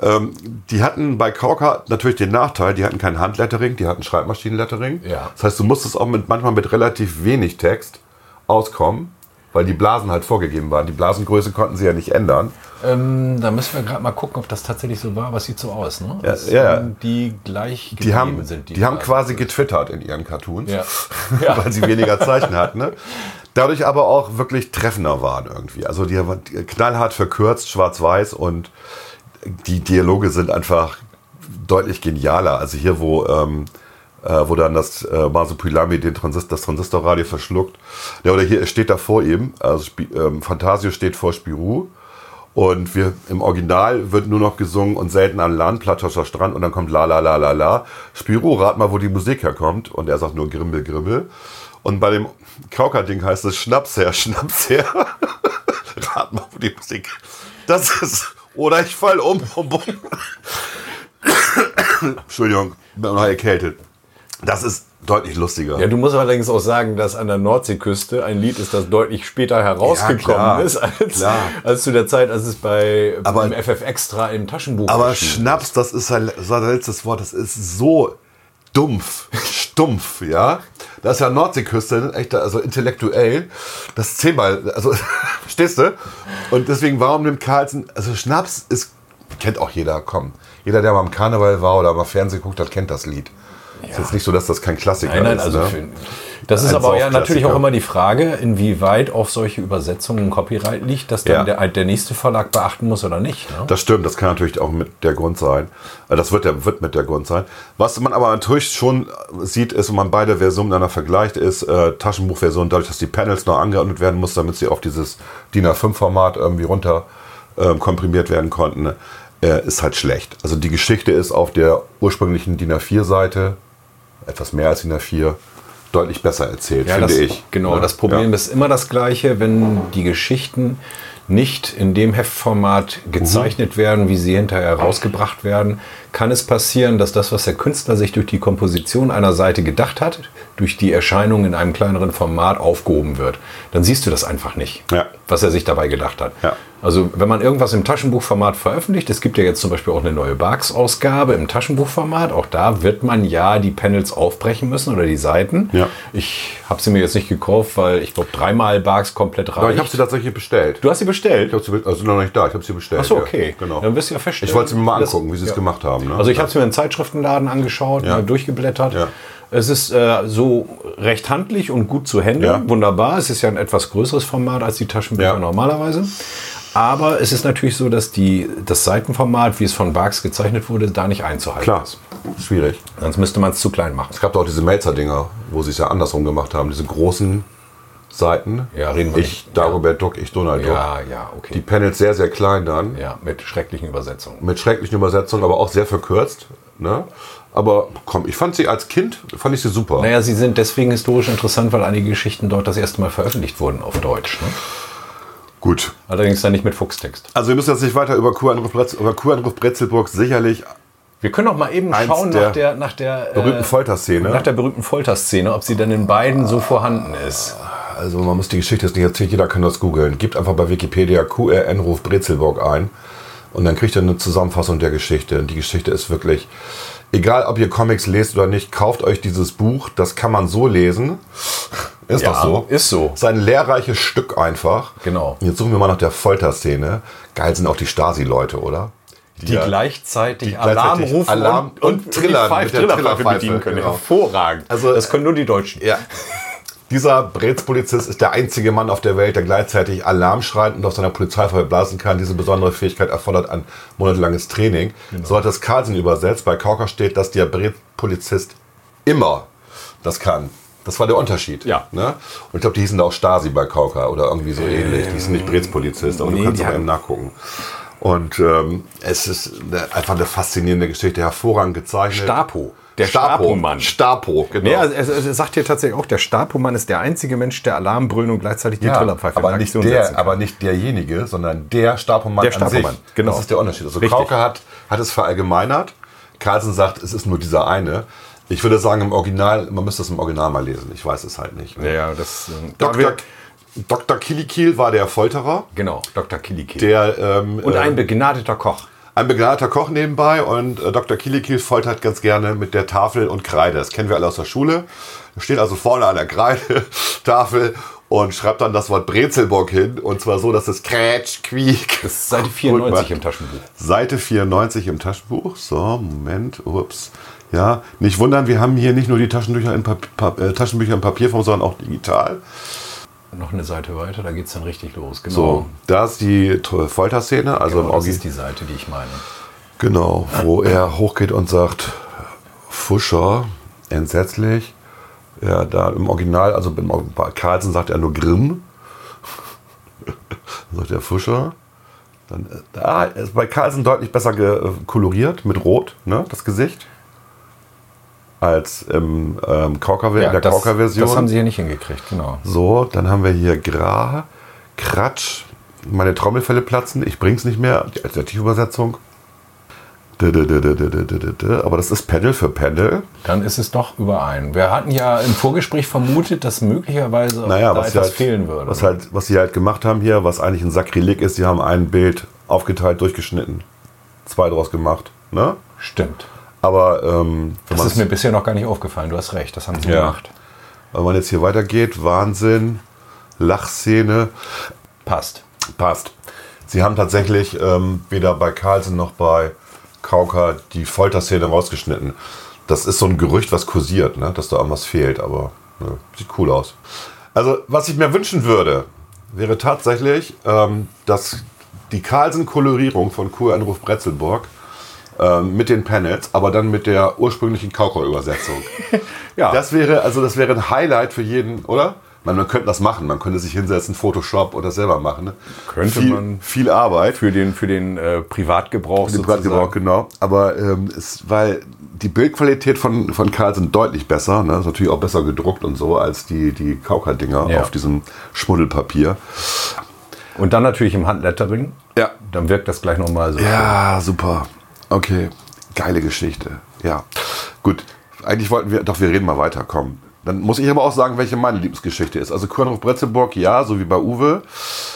ähm, die hatten bei Krauker natürlich den Nachteil, die hatten kein Handlettering, die hatten Schreibmaschinenlettering. Ja. Das heißt, du musstest auch mit, manchmal mit relativ wenig Text auskommen, weil die Blasen halt vorgegeben waren. Die Blasengröße konnten sie ja nicht ändern. Ähm, da müssen wir gerade mal gucken, ob das tatsächlich so war, aber es sieht so aus, ne? Ja, Dass, ja. ähm, Die gleich Die geblieben haben, sind. die haben quasi getwittert in ihren Cartoons, Ja. weil sie weniger Zeichen hatten. Ne? Dadurch aber auch wirklich treffender waren irgendwie. Also die haben knallhart verkürzt, schwarz-weiß und die Dialoge sind einfach deutlich genialer. Also hier, wo, ähm, äh, wo dann das äh, Masopilami den Transist das Transistorradio verschluckt. Ja, oder hier er steht da vor ihm, also Spi ähm, Fantasio steht vor Spirou. Und wir im Original wird nur noch gesungen und selten am Lahn, Plattoscher Strand und dann kommt la la la la la. Spiro, rat mal, wo die Musik herkommt. Und er sagt nur Grimmel, Grimmel. Und bei dem Kauker-Ding heißt es Schnaps her, Schnaps her. rat mal, wo die Musik. Das ist. Oder ich fall um. um, um. Entschuldigung, bin auch noch erkältet. Das ist deutlich lustiger. Ja, du musst allerdings auch sagen, dass an der Nordseeküste ein Lied ist, das deutlich später herausgekommen Ja, klar. ist, als, Klar. als zu der Zeit, als es bei Aber- im FF Extra im Taschenbuch Aber erschien. Schnaps, das ist sein, sein letztes Wort, das ist so dumpf, stumpf, ja. Das ist ja Nordseeküste, echt, also intellektuell, das zehnmal, also, verstehst du? Und deswegen, warum nimmt Carlsen, also Schnaps ist, kennt auch jeder, komm. Jeder, der mal am Karneval war oder mal Fernsehen guckt hat, kennt das Lied. Ist jetzt nicht so, dass das kein Klassiker Nein, nein, ist. also ne? für, das ist Ein aber ja Saufklassiker. natürlich auch immer die Frage, inwieweit auf solche Übersetzungen Copyright liegt, dass dann Ja. der, der nächste Verlag beachten muss oder nicht. Ne? Das stimmt, das kann natürlich auch mit der Grund sein. Äh, Das wird, der, wird mit der Grund sein. Was man aber natürlich schon sieht, ist, wenn man beide Versionen miteinander vergleicht, ist äh, Taschenbuchversion, dadurch, dass die Panels noch angeordnet werden mussten, damit sie auf dieses DIN A5-Format irgendwie runter ähm, komprimiert werden konnten, ne, äh, ist halt schlecht. Also die Geschichte ist auf der ursprünglichen DIN A4-Seite, etwas mehr als DIN A4, deutlich besser erzählt, Ja, finde das, ich. Genau, Ne? das Problem Ja. ist immer das gleiche, wenn die Geschichten nicht in dem Heftformat gezeichnet werden, wie sie hinterher rausgebracht werden, kann es passieren, dass das, was der Künstler sich durch die Komposition einer Seite gedacht hat, durch die Erscheinung in einem kleineren Format aufgehoben wird. Dann siehst du das einfach nicht, Ja. was er sich dabei gedacht hat. Ja. Also wenn man irgendwas im Taschenbuchformat veröffentlicht, es gibt ja jetzt zum Beispiel auch eine neue Barks-Ausgabe im Taschenbuchformat, auch da wird man ja die Panels aufbrechen müssen oder die Seiten. Ja. Ich habe sie mir jetzt nicht gekauft, weil ich glaube dreimal Barks komplett Aber reicht. ich habe sie tatsächlich bestellt. du hast sie bestellt? Ich habe sie be- also noch nicht da, ich habe sie bestellt. Ach so, ja. okay. Genau. Dann wirst du ja feststellen, Ich wollte sie mir mal dass- angucken, wie sie es ja. gemacht haben. Ne? Also ich habe es mir im Zeitschriftenladen angeschaut, Ja. mal durchgeblättert. Ja. Es ist äh, so recht handlich und gut zu handeln. Ja. Wunderbar. Es ist ja ein etwas größeres Format als die Taschenbücher Ja. normalerweise. Aber es ist natürlich so, dass die, das Seitenformat, wie es von Barks gezeichnet wurde, da nicht einzuhalten Klar, ist. schwierig. Sonst müsste man es zu klein machen. Es gab doch auch diese Melzer-Dinger, wo sie es ja andersrum gemacht haben. Diese großen Seiten. Ja, reden wir Ich, Dagobert Duck, ich Donald Duck. Ja, ja, okay. Die Panels sehr, sehr klein dann. ja, mit schrecklichen Übersetzungen. Mit schrecklichen Übersetzungen, aber auch sehr verkürzt. Ne? Aber komm, ich fand sie als Kind, fand ich sie super. Naja, sie sind deswegen historisch interessant, weil einige Geschichten dort das erste Mal veröffentlicht wurden auf Deutsch. Ne? Gut. Allerdings dann nicht mit Fuchstext. Also wir müssen jetzt nicht weiter über Kuhangriff Brezel, über Kuhangriff Brezelburg sicherlich Äh, Wir können auch mal eben Eins schauen der nach der, nach der berühmten äh, Folterszene. nach der berühmten Folterszene, ob sie denn in beiden so vorhanden ist. Also man muss die Geschichte jetzt nicht erzählen, jeder kann das googeln. Gibt einfach bei Wikipedia QRN Ruf Brezelburg ein und dann kriegt ihr eine Zusammenfassung der Geschichte. Und die Geschichte ist wirklich, egal ob ihr Comics lest oder nicht, kauft euch dieses Buch, das kann man so lesen. Ist Ja, doch so. ist so. Ist ein lehrreiches Stück einfach. Genau. Jetzt suchen wir mal nach der Folterszene. Geil sind auch die Stasi-Leute, oder? Die ja- gleichzeitig, gleichzeitig Alarm rufen Alarm und, und Trillern die mit der Trillerpfeife äh, Trillerpfeife, bedienen können. genau. Hervorragend. Also, das können nur die Deutschen. Ja. Dieser Brez-Polizist ist der einzige Mann auf der Welt, der gleichzeitig Alarm schreit und auf seiner Polizeifarbe blasen kann. Diese besondere Fähigkeit erfordert ein monatelanges Training. Genau. So hat das Carlsen übersetzt. Bei Kauker steht, dass der Brez-Polizist immer das kann. Das war der Unterschied. Ja. Ne? Und ich glaube, die hießen da auch Stasi bei Kauker oder irgendwie so ähnlich. Die hießen nicht Brez-Polizist, aber Ähm, nee, du kannst die aber haben- eben nachgucken. Und ähm, es ist eine, einfach eine faszinierende Geschichte, hervorragend gezeichnet. Stapo. Der Stapo-Mann. Stapo, genau. Ja, es, also, es, es sagt hier tatsächlich auch, der Stapo-Mann ist der einzige Mensch, der Alarm brüllen und gleichzeitig die Trillerpfeife in aber nicht, Aktion setzen der, kann. aber nicht derjenige, sondern der Stapomann Der Stapomann, an sich. genau. Das ist der Unterschied. Also Richtig. Krauke hat, hat es verallgemeinert. Carlsen sagt, es ist nur dieser eine. Ich würde sagen, im Original, man müsste es im Original mal lesen. Ich weiß es halt nicht. Ja, ja, das. ähm, da Dr. wir- Dr. Kilikil war der Folterer, Genau, Dr. Kiliki. der ähm, und äh, ein begnadeter Koch. ein begnadeter Koch nebenbei und äh, Dr. Kilikil foltert ganz gerne mit der Tafel und Kreide. Das kennen wir alle aus der Schule. Er steht also vorne an der Kreidetafel und schreibt dann das Wort Brezelbock hin. Und zwar so, dass es krätsch, quiek. Das ist Seite 94 im Taschenbuch. Taschenbuch. Seite 94 im Taschenbuch. So, Moment, ups. Ja, nicht wundern, wir haben hier nicht nur die Taschenbücher in, Pap Pap äh, Taschenbücher in Papierform, sondern auch digital. Noch eine Seite weiter, da geht es dann richtig los. Genau. So, da ist die to- Folterszene, also im genau, das Orgi ist die Seite, die ich meine. Genau, wo er hochgeht und sagt, Fuscher, entsetzlich. Ja, da im Original, also im, Or- bei Carlsen sagt er nur Grimm. Dann sagt er Fuscher. Dann, äh, da ist bei Carlsen deutlich besser ge- äh, koloriert, mit Rot, ne, das Gesicht. Als im ähm, Kauker, in der das, Kauker-Version. das haben sie hier nicht hingekriegt, genau. So, dann haben wir hier Gra, Kratsch, meine Trommelfälle platzen, ich bring's nicht mehr, die Alternativübersetzung. Dö, dö, dö, dö, dö, dö, dö, dö. Aber das ist Pedal für Pedal. Dann ist es doch überein. Wir hatten ja im Vorgespräch vermutet, dass möglicherweise Naja, da was, sie etwas halt, fehlen würde. was, halt, was sie halt gemacht haben hier, was eigentlich ein Sakrileg ist, sie haben ein Bild aufgeteilt, durchgeschnitten. Zwei draus gemacht. Ne? Stimmt. Aber ähm, wenn, Das man, ist mir bisher noch gar nicht aufgefallen. Du hast recht, das haben sie Ja. gemacht. wenn man jetzt hier weitergeht, Wahnsinn, Lachszene, Passt. Passt. Sie haben tatsächlich ähm, weder bei Carlsen noch bei Kauka die Folterszene rausgeschnitten. Das ist so ein Gerücht, was kursiert, ne? dass da irgendwas fehlt, aber ne, sieht cool aus. Also, was ich mir wünschen würde, wäre tatsächlich, ähm, dass die Carlsen-Kolorierung von Kuranruf Bretzelburg ähm, mit den Panels, aber dann mit der ursprünglichen Kauka-Übersetzung. Ja. Das wäre, also das wäre ein Highlight für jeden, oder? Man, man könnte das machen. Man könnte sich hinsetzen, Photoshop oder selber machen. Ne? Könnte viel, man. Viel Arbeit. für den, für den äh, Privatgebrauch. Den Brandgebrauch, genau. Aber ähm, es, weil die Bildqualität von, von Karl sind deutlich besser, ne? ist natürlich auch besser gedruckt und so, als die, die Kauka-Dinger Ja. auf diesem Schmuddelpapier. Und dann natürlich im Handlettering. Ja. Dann wirkt das gleich nochmal so. Ja, super. Okay. Geile Geschichte. Ja. Gut. Eigentlich wollten wir, doch, wir reden mal weiter, komm. Dann muss ich aber auch sagen, welche meine Lieblingsgeschichte ist. Also Kornhof Bretzelburg, ja, so wie bei Uwe.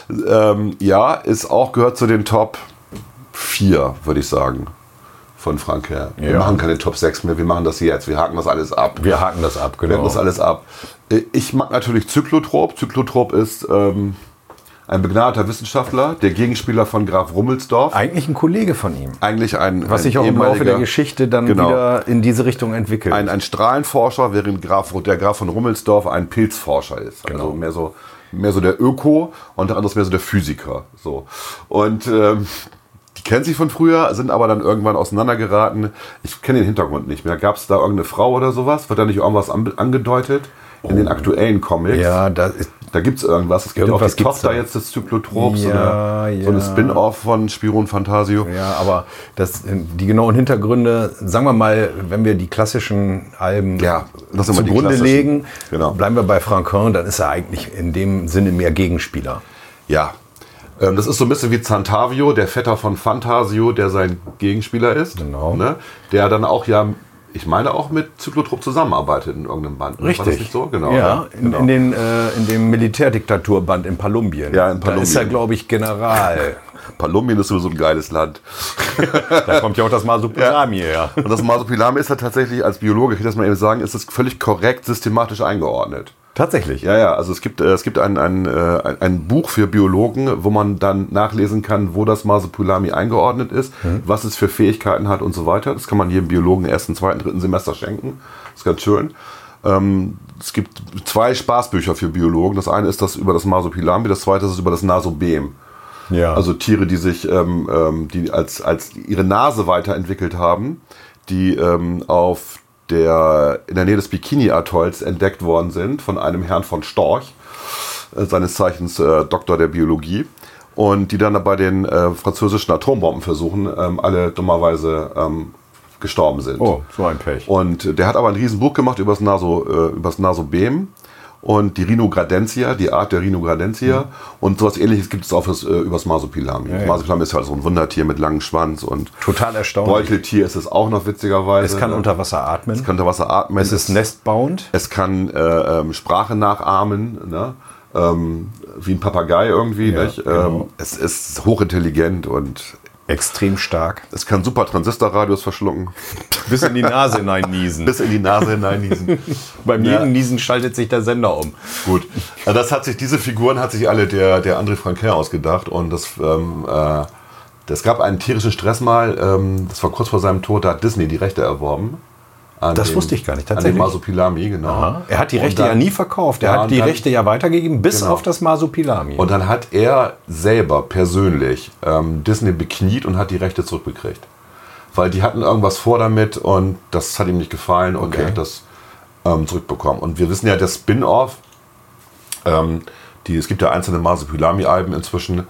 Ähm, ja, ist auch, gehört zu den Top 4, würde ich sagen, von Frank her. Wir Ja. machen keine Top 6 mehr, wir machen das jetzt. Wir haken das alles ab. Wir haken das ab, Wir genau. hatten das alles ab. Äh, Ich mag natürlich Zyklotrop. Zyklotrop ist ähm, ein begnadeter Wissenschaftler, der Gegenspieler von Graf Rummelsdorf. Eigentlich ein Kollege von ihm. Eigentlich ein Was ein sich auch im Laufe der ehemaliger- Geschichte dann genau, wieder in diese Richtung entwickelt. ein, ein Strahlenforscher, während Graf, der Graf von Rummelsdorf ein Pilzforscher ist. Genau. Also mehr so, mehr so der Öko und der andere ist mehr so der Physiker. So. Und ähm, die kennen sich von früher, sind aber dann irgendwann auseinandergeraten. Ich kenne den Hintergrund nicht mehr. Gab es da irgendeine Frau oder sowas? Wird da nicht irgendwas an, angedeutet? In den aktuellen Comics. Oh. ja, da ist, Da gibt es irgendwas. Es gibt Irgendwas auch die gibt's Tochter da. jetzt des Zyklotrops. Ja, oder So ja. ein Spin-off von Spiro und Fantasio. ja, aber das, die genauen Hintergründe, sagen wir mal, wenn wir die klassischen Alben Ja, das sind immer die zugrunde klassischen. legen, Genau. bleiben wir bei Franquin, dann ist er eigentlich in dem Sinne mehr Gegenspieler. Ja. Ähm, Das ist so ein bisschen wie Zantavio, der Vetter von Fantasio, der sein Gegenspieler ist. Genau. Ne? Der dann auch ja, ich meine, auch mit Zyklotrop zusammenarbeitet in irgendeinem Band. ne? War das nicht so? Genau. Ja, in, genau. in, den, äh, in dem Militärdiktaturband in Palumbien. Ja, in Da ist Palumbien. er, glaube ich, General. Palumbien ist sowieso ein geiles Land. da kommt ja auch das Masopotami her. Und das Masopilami ist ja tatsächlich, als Biologe, ich will das mal eben sagen, ist das völlig korrekt systematisch eingeordnet. Tatsächlich. Ja, ja, also es gibt, äh, es gibt ein, ein, äh, ein- ein Buch für Biologen, wo man dann nachlesen kann, wo das Masopulami eingeordnet ist, was es für Fähigkeiten hat und so weiter. Das kann man jedem Biologen ersten, zweiten, dritten Semester schenken. ist ganz schön. Ähm, es gibt zwei Spaßbücher für Biologen. Das eine ist das über das Masopilami, das zweite ist es über das Nasobem. Ja. Also Tiere, die sich, ähm, ähm, die als, als ihre Nase weiterentwickelt haben, die ähm, auf der, in der Nähe des Bikini-Atolls entdeckt worden sind von einem Herrn von Storch, äh, seines Zeichens äh, Doktor der Biologie. Und die dann bei den äh, französischen Atombombenversuchen ähm, alle dummerweise ähm, gestorben sind. Oh, so ein Pech. Und der hat aber ein Riesenbuch gemacht über das Naso, äh, übers Nasobem und die Rhinogradentia, die Art der Rhinogradentia. Mhm. Und sowas ähnliches gibt es auch fürs, äh, übers Masopilami. Das Masopilami ist halt so ein Wundertier mit langem Schwanz und Total erstaunlich. Beuteltier ist es auch noch witzigerweise. ne? Es kann unter Wasser atmen. es kann unter Wasser atmen. Es ist nestbauend. Es kann äh, ähm, Sprache nachahmen, ne? ähm, wie ein Papagei irgendwie. nicht? genau. Ähm, es ist hochintelligent und Extrem stark. es kann super Transistorradios verschlucken, Bis in die Nase hinein niesen. bis in die Nase hineinniesen. Beim Ja. jedem Niesen schaltet sich der Sender um. Gut, also das hat sich, diese Figuren hat sich alle der, der André Franquin ausgedacht und das, ähm, äh, das gab einen tierischen Stress mal, ähm, das war kurz vor seinem Tod, da hat Disney die Rechte erworben. an Das dem- wusste ich gar nicht, An tatsächlich. dem Masopilami, genau. Er hat die Und Rechte dann- ja nie verkauft. Er Ja, hat die und dann- Rechte ja weitergegeben bis Genau. auf das Masopilami. Und dann hat er selber persönlich ähm, Disney bekniet und hat die Rechte zurückbekriegt. Weil die hatten irgendwas vor damit und das hat ihm nicht gefallen und er hat das ähm, zurückbekommen. Und wir wissen ja, der Spin-off, ähm, die, es gibt ja einzelne Masopilami-Alben inzwischen, äh,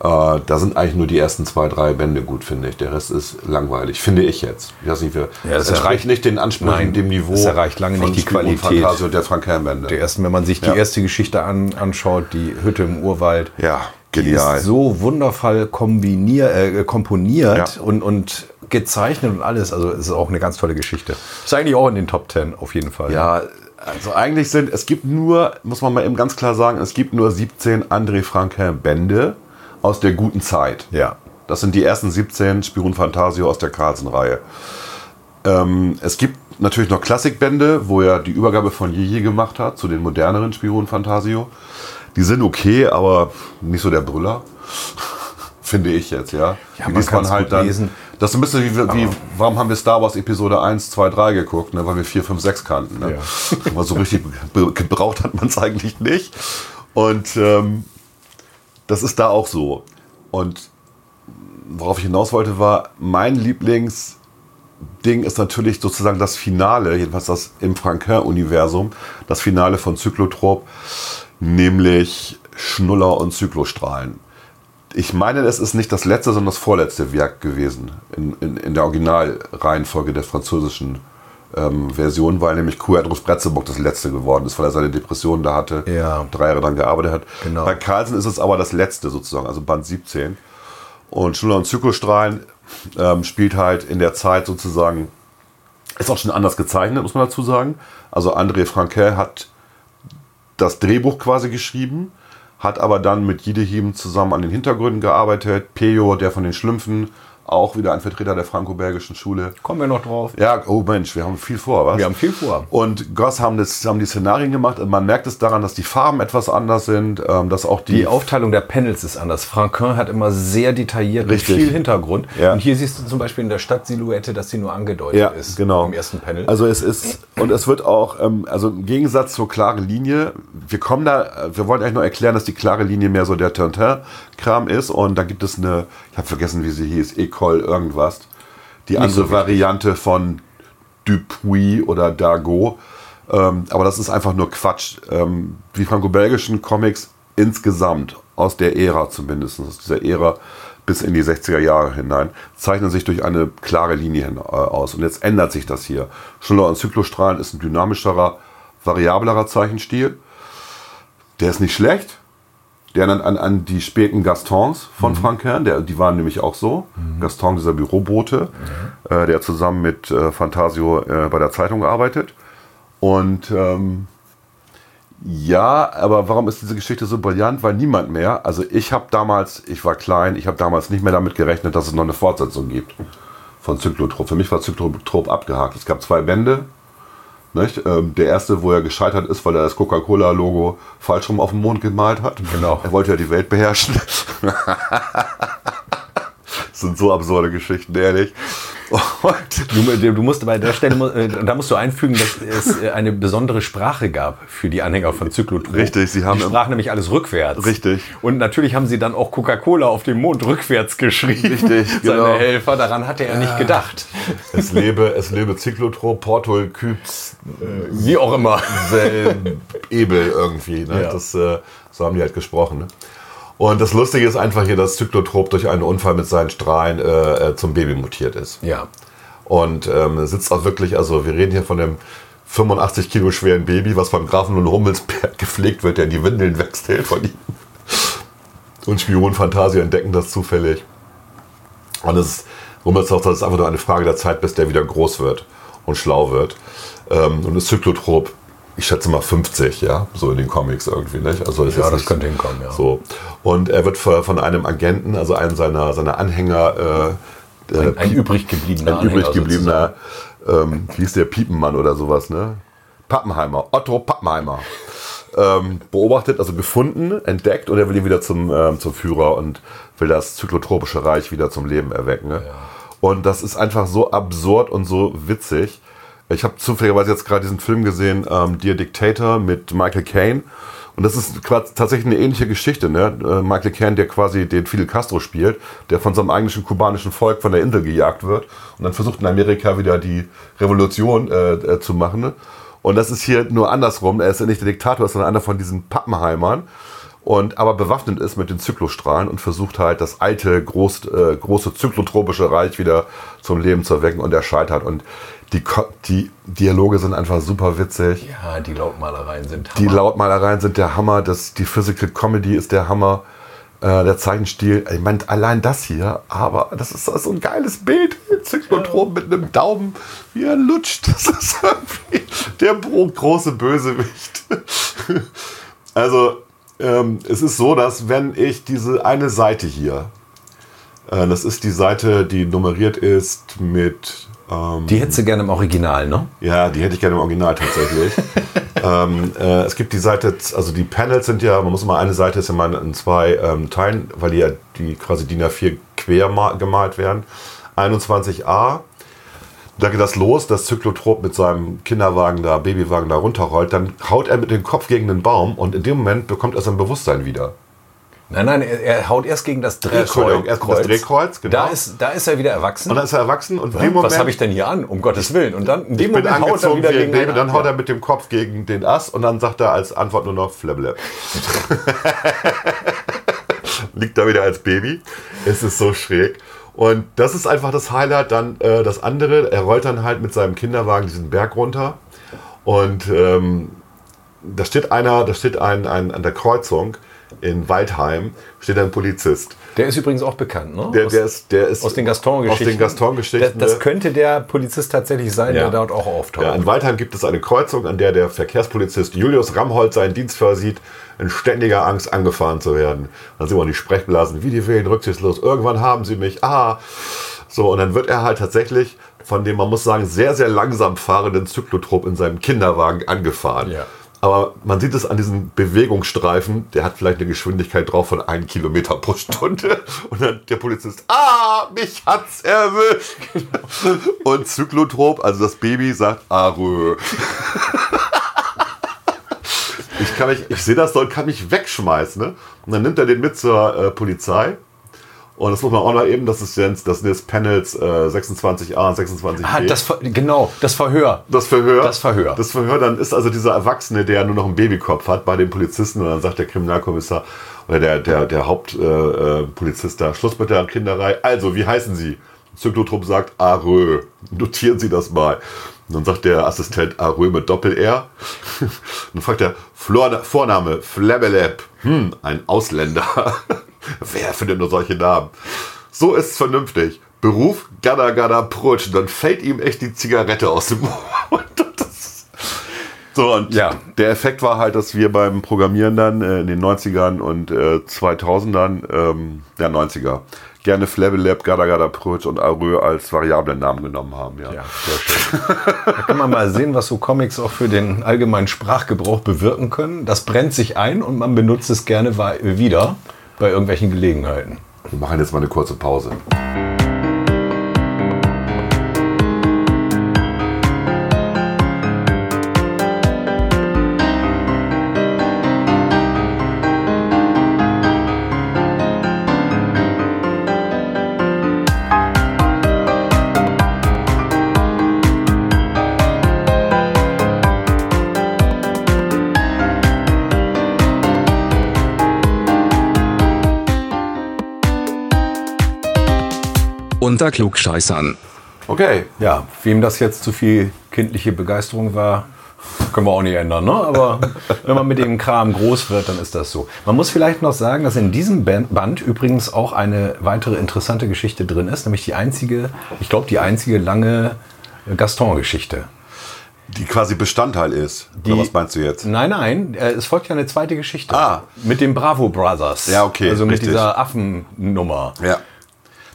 da sind eigentlich nur die ersten zwei, drei Bände gut, finde ich. Der Rest ist langweilig, finde ich jetzt. Ich weiß nicht, wir, Ja, das es erreicht- erreicht nicht den Ansprüchen, Nein, dem Niveau. es erreicht lange von nicht die Spiel und Qualität. Fantasie und der Frank Herrn-Bände. Der ersten, wenn man sich die Ja. erste Geschichte an, anschaut, die Hütte im Urwald, Ja, die genial. ist so wundervoll kombinier, äh, komponiert Ja. und, und gezeichnet und alles. Also es ist auch eine ganz tolle Geschichte. Ist eigentlich auch in den Top Ten auf jeden Fall. Ja, also eigentlich sind, es gibt nur, muss man mal eben ganz klar sagen, es gibt nur 17 André Franke Bände aus der guten Zeit. ja. Das sind die ersten 17 Spirun Fantasio aus der Carlsen-Reihe. Ähm, es gibt natürlich noch Klassikbände, wo er die Übergabe von Jeje gemacht hat zu den moderneren Spirun Fantasio. Die sind okay, aber nicht so der Brüller. Finde ich jetzt, ja. Ja, Die man liest halt kann's gut lesen. Das ist ein bisschen wie, wie warum haben wir Star Wars Episode 1, 2, 3 geguckt, ne? weil wir 4, 5, 6 kannten. Ne? Aber so richtig be- gebraucht hat man es eigentlich nicht. Und ähm, das ist da auch so. Und worauf ich hinaus wollte, war, mein Lieblingsding ist natürlich sozusagen das Finale, jedenfalls das im Franquin-Universum, das Finale von Zyklotrop, nämlich Schnuller und Zyklostrahlen. Ich meine, es ist nicht das letzte, sondern das vorletzte Werk gewesen in, in, in der Originalreihenfolge der französischen ähm, Version, weil nämlich Kuerdrus Bretzebock das letzte geworden ist, weil er seine Depression da hatte, Ja. drei Jahre dran gearbeitet hat. Genau. Bei Carlsen ist es aber das letzte sozusagen, also Band 17. Und Schnuller und Zyklostrahlen ähm, spielt halt in der Zeit sozusagen, ist auch schon anders gezeichnet, muss man dazu sagen. Also André Franquet hat das Drehbuch quasi geschrieben, hat aber dann mit Jidehim zusammen an den Hintergründen gearbeitet. Pejo, der von den Schlümpfen, auch wieder ein Vertreter der franco-belgischen Schule. Kommen wir noch drauf. Ja, oh Mensch, wir haben viel vor, was? Wir haben viel vor. Und Goss haben, das, haben die Szenarien gemacht. Und man merkt es daran, dass die Farben etwas anders sind, ähm, dass auch die, Die Aufteilung der Panels ist anders. Franquin hat immer sehr detailliert und Richtig. viel Hintergrund. Ja. Und hier siehst du zum Beispiel in der Stadtsilhouette, dass sie nur angedeutet ja, ist genau. im ersten Panel. Also es ist und es wird auch, ähm, also im Gegensatz zur klaren Linie, wir kommen da, äh, wir wollen eigentlich nur erklären, dass die klare Linie mehr so der Tintin-Kram ist und da gibt es eine, ich habe vergessen, wie sie hieß, Ecole irgendwas, die andere Variante von Dupuis oder Dago. Ähm, aber das ist einfach nur Quatsch. Ähm, die franco-belgischen Comics insgesamt, aus der Ära zumindest, aus dieser Ära bis in die 60er Jahre hinein, zeichnen sich durch eine klare Linie hin, äh, aus. Und jetzt ändert sich das hier. Schnuller und Zyklostrahlen ist ein dynamischerer, variablerer Zeichenstil. Der ist nicht schlecht. Der erinnert an, an die späten Gastons von Franquin, der, die waren nämlich auch so. Gaston, dieser Bürobote, äh, der zusammen mit äh, Fantasio äh, bei der Zeitung arbeitet. Und ähm, ja, aber warum ist diese Geschichte so brillant? Weil niemand mehr, also ich habe damals, ich war klein, ich habe damals nicht mehr damit gerechnet, dass es noch eine Fortsetzung gibt von Zyklotrop. Für mich war Zyklotrop abgehakt. Es gab zwei Bände. Nicht? Ähm, der erste, wo er gescheitert ist, weil er das Coca-Cola-Logo falsch rum auf den Mond gemalt hat. Genau. Er wollte ja die Welt beherrschen. das sind so absurde Geschichten, ehrlich. Und Du, du musst bei der Stelle, mu- äh, da musst du einfügen, dass es äh, eine besondere Sprache gab für die Anhänger von Zyklotrop. Richtig, sie haben Die im- sprach nämlich alles rückwärts. Richtig. Und natürlich haben sie dann auch Coca-Cola auf dem Mond rückwärts geschrieben. Richtig, Seine genau. Helfer, daran hatte er nicht gedacht. es lebe, es lebe Zyklotrop, Porto, Küps, Äh, Wie auch immer. selben Ebel irgendwie. Ne? Ja. Das, äh, so haben die halt gesprochen. Ne? Und das Lustige ist einfach hier, dass Zyklotrop durch einen Unfall mit seinen Strahlen äh, äh, zum Baby mutiert ist. Ja. Und ähm, sitzt auch wirklich, also wir reden hier von dem 85 Kilo schweren Baby, was beim Grafen und Hummelsberg gepflegt wird, der die Windeln wechselt von ihm. Und Spion Fantasia entdecken das zufällig. Und es ist, Hummels sagt, das ist einfach nur eine Frage der Zeit, bis der wieder groß wird und schlau wird. Ähm, und ist Zyklotrop, ich schätze mal 50, ja, so in den Comics irgendwie, nicht? Also ist Ja, jetzt das nicht- könnte hinkommen, ja. So. Und er wird von von einem Agenten, also einem seiner, seiner Anhänger, äh, äh, Ein übrig gebliebener ein Anhänger übrig Also gebliebener, ähm, wie hieß der Piepenmann oder sowas, ne? Pappenheimer, Otto Pappenheimer. Ähm, beobachtet, also gefunden, entdeckt und er will ihn wieder zum, ähm, zum Führer und will das zyklotropische Reich wieder zum Leben erwecken. Ne? Und das ist einfach so absurd und so witzig. Ich habe zufälligerweise jetzt gerade diesen Film gesehen, ähm, Dear Dictator mit Michael Caine. Und das ist quasi tatsächlich eine ähnliche Geschichte. Ne? Äh, Michael Caine, der quasi den Fidel Castro spielt, der von seinem eigentlichen kubanischen Volk von der Insel gejagt wird und dann versucht in Amerika wieder die Revolution äh, äh, zu machen. ne? Und das ist hier nur andersrum. Er ist ja nicht der Diktator, er ist sondern einer von diesen Pappenheimern. Und aber bewaffnet ist mit den Zyklostrahlen und versucht halt das alte, groß, äh, große zyklotropische Reich wieder zum Leben zu erwecken und er scheitert. Und die, Ko- die Dialoge sind einfach super witzig. Ja, die Lautmalereien sind Die Hammer. Lautmalereien sind der Hammer, das, die Physical Comedy ist der Hammer, äh, der Zeichenstil. Ich meine, allein das hier, aber das ist so ein geiles Bild. Zyklotron mit einem Daumen, wie er lutscht. Das ist irgendwie der Bro- große Bösewicht. Also, ähm, es ist so, dass wenn ich diese eine Seite hier, äh, das ist die Seite, die nummeriert ist mit. Ähm, Die hättest du gerne im Original, ne? ja, die hätte ich gerne im Original tatsächlich. ähm, äh, es gibt die Seite, also die Panels sind ja, man muss immer eine Seite ist ja mal in zwei ähm, Teilen, weil die ja die quasi DIN A4 quer ma- gemalt werden. 21a, da geht das los, das Zyklotrop mit seinem Kinderwagen da, Babywagen da runterrollt, dann haut er mit dem Kopf gegen den Baum und in dem Moment bekommt er sein Bewusstsein wieder. Nein, nein, er, er haut erst gegen das Drehkreuz. Entschuldigung, erst gegen das Drehkreuz, genau. Da ist, da ist er wieder erwachsen. Und dann ist er erwachsen und in dem Moment Was habe ich denn hier an? Um Gottes Willen. Und dann in dem Ich bin Moment haut er angezogen wieder wie ein gegen Baby, einen dann ab. haut er mit dem Kopf gegen den Ast und dann sagt er als Antwort nur noch Fleble. Liegt da wieder als Baby. Es ist so schräg. Und das ist einfach das Highlight. Dann äh, das andere, er rollt dann halt mit seinem Kinderwagen diesen Berg runter. Und ähm, da steht einer, da steht ein, ein an der Kreuzung in Waldheim, steht ein Polizist. Der ist übrigens auch bekannt, ne? Der, Aus- der ist, der ist aus den Gaston-Geschichten. Aus den Gaston-Geschichten. ne? Das, das könnte der Polizist tatsächlich sein, Ja. der dort auch Ja, auftaucht. in Waldheim gibt es eine Kreuzung, an der der Verkehrspolizist Julius Ramhold seinen Dienst versieht, in ständiger Angst angefahren zu werden. Dann sieht man die Sprechblasen, wie die wählen, rücksichtslos. Irgendwann haben sie mich, ah. So, und dann wird er halt tatsächlich von dem, man muss sagen, sehr, sehr langsam fahrenden Zyklotrop in seinem Kinderwagen angefahren. Ja. Aber man sieht es an diesen Bewegungsstreifen, der hat vielleicht eine Geschwindigkeit drauf von 1 Kilometer pro Stunde. Und dann der Polizist, ah, mich hat's erwischt. Und Zyklotrop, also das Baby, sagt, arö. Ich, kann mich- ich sehe das da und kann mich wegschmeißen. Ne? Und dann nimmt er den mit zur äh, Polizei. Und das muss man auch noch eben, das ist jetzt, das sind jetzt Panels äh, 26a und 26b. Ah, das, Ver- genau, das Verhör. Das Verhör. Das Verhör. Das Verhör, dann ist also dieser Erwachsene, der nur noch einen Babykopf hat, bei dem Polizisten und dann sagt der Kriminalkommissar oder der, der, der Hauptpolizist äh, Polizist da, Schluss mit der Kinderei. Also, wie heißen Sie? Zyklotrop sagt Arö. Notieren Sie das mal. Und dann sagt der Assistent Arö mit Doppel-R. dann fragt er, Flor Vorname, Flebeleb. Hm, ein Ausländer. Wer findet nur solche Namen? So ist's vernünftig. Beruf Gada Gada Prutsch. Und Dann fällt ihm echt die Zigarette aus dem Mund. So, und Ja. der Effekt war halt, dass wir beim Programmieren dann äh, in den 90ern und äh, 2000ern, ähm, der 90er, gerne Flabelab, Gada Gada Prutsch und Arö als variablen Namen genommen haben. Ja. Ja, sehr schön. da kann man mal sehen, was so Comics auch für den allgemeinen Sprachgebrauch bewirken können. Das brennt sich ein und man benutzt es gerne wei- wieder bei irgendwelchen Gelegenheiten. Wir machen jetzt mal eine kurze Pause. Unter Klugscheißern. Okay. Ja, wem das jetzt zu viel kindliche Begeisterung war, können wir auch nicht ändern, ne? Aber wenn man mit dem Kram groß wird, dann ist das so. Man muss vielleicht noch sagen, dass in diesem Band- Band übrigens auch eine weitere interessante Geschichte drin ist, nämlich die einzige, ich glaube, die einzige lange Gaston-Geschichte. Die quasi Bestandteil ist. Die- Oder was meinst du jetzt? Nein, nein, äh, es folgt ja eine zweite Geschichte. Ah. Mit den Bravo Brothers. Ja, okay, Also mit richtig. dieser Affennummer. Ja.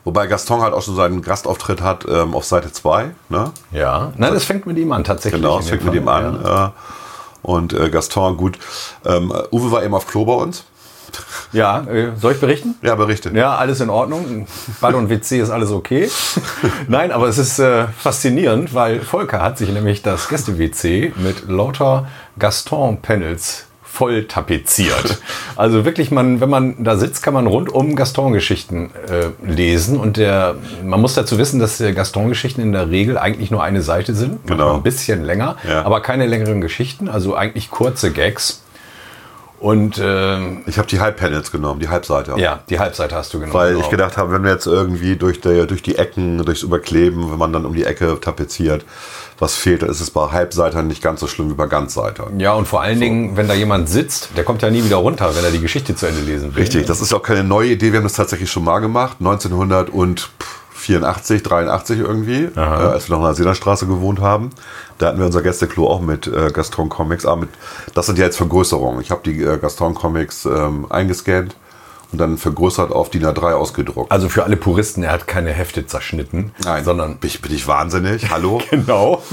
Wobei Gaston halt auch schon seinen Gastauftritt hat ähm, auf Seite 2. Ne? Ja. Nein, das fängt mit ihm an, tatsächlich. Genau, in es dem fängt mit Fall, ihm an. Ja. Äh, und äh, Gaston, gut. Ähm, Uwe war eben auf Klo bei uns. ja, äh, soll ich berichten? Ja, berichte. Ja, alles in Ordnung. Ball und WC ist alles okay. Nein, aber es ist äh, faszinierend, weil Volker hat sich nämlich das Gäste-WC mit lauter Gaston-Panels voll tapeziert. Also wirklich, man, wenn man da sitzt, kann man rundum Gaston-Geschichten äh, lesen. Und der, man muss dazu wissen, dass äh, Gaston-Geschichten in der Regel eigentlich nur eine Seite sind, Genau. manchmal ein bisschen länger, Ja. aber keine längeren Geschichten, also eigentlich kurze Gags. Und ähm, Ich habe die Halbpanels genommen, die Halbseite. ja, die Halbseite hast du genommen. Weil genau. ich gedacht habe, wenn wir jetzt irgendwie durch, der, durch die Ecken, durchs Überkleben, wenn man dann um die Ecke tapeziert, was fehlt, dann ist es bei Halbseitern nicht ganz so schlimm wie bei Ganzseitern. Ja, und vor allen Dingen, wenn da jemand sitzt, der kommt ja nie wieder runter, wenn er die Geschichte zu Ende lesen will. Richtig, das ist auch keine neue Idee. Wir haben das tatsächlich schon mal gemacht, 1984, 83 irgendwie, äh, als wir noch in der Sederstraße gewohnt haben. Da hatten wir unser Gästeklo auch mit äh, Gaston Comics. Aber mit, das sind ja jetzt Vergrößerungen. Ich habe die äh, Gaston Comics ähm, eingescannt und dann vergrößert auf DIN A3 ausgedruckt. Also für alle Puristen, er hat keine Hefte zerschnitten, sondern bin ich, bin ich wahnsinnig. Hallo? genau.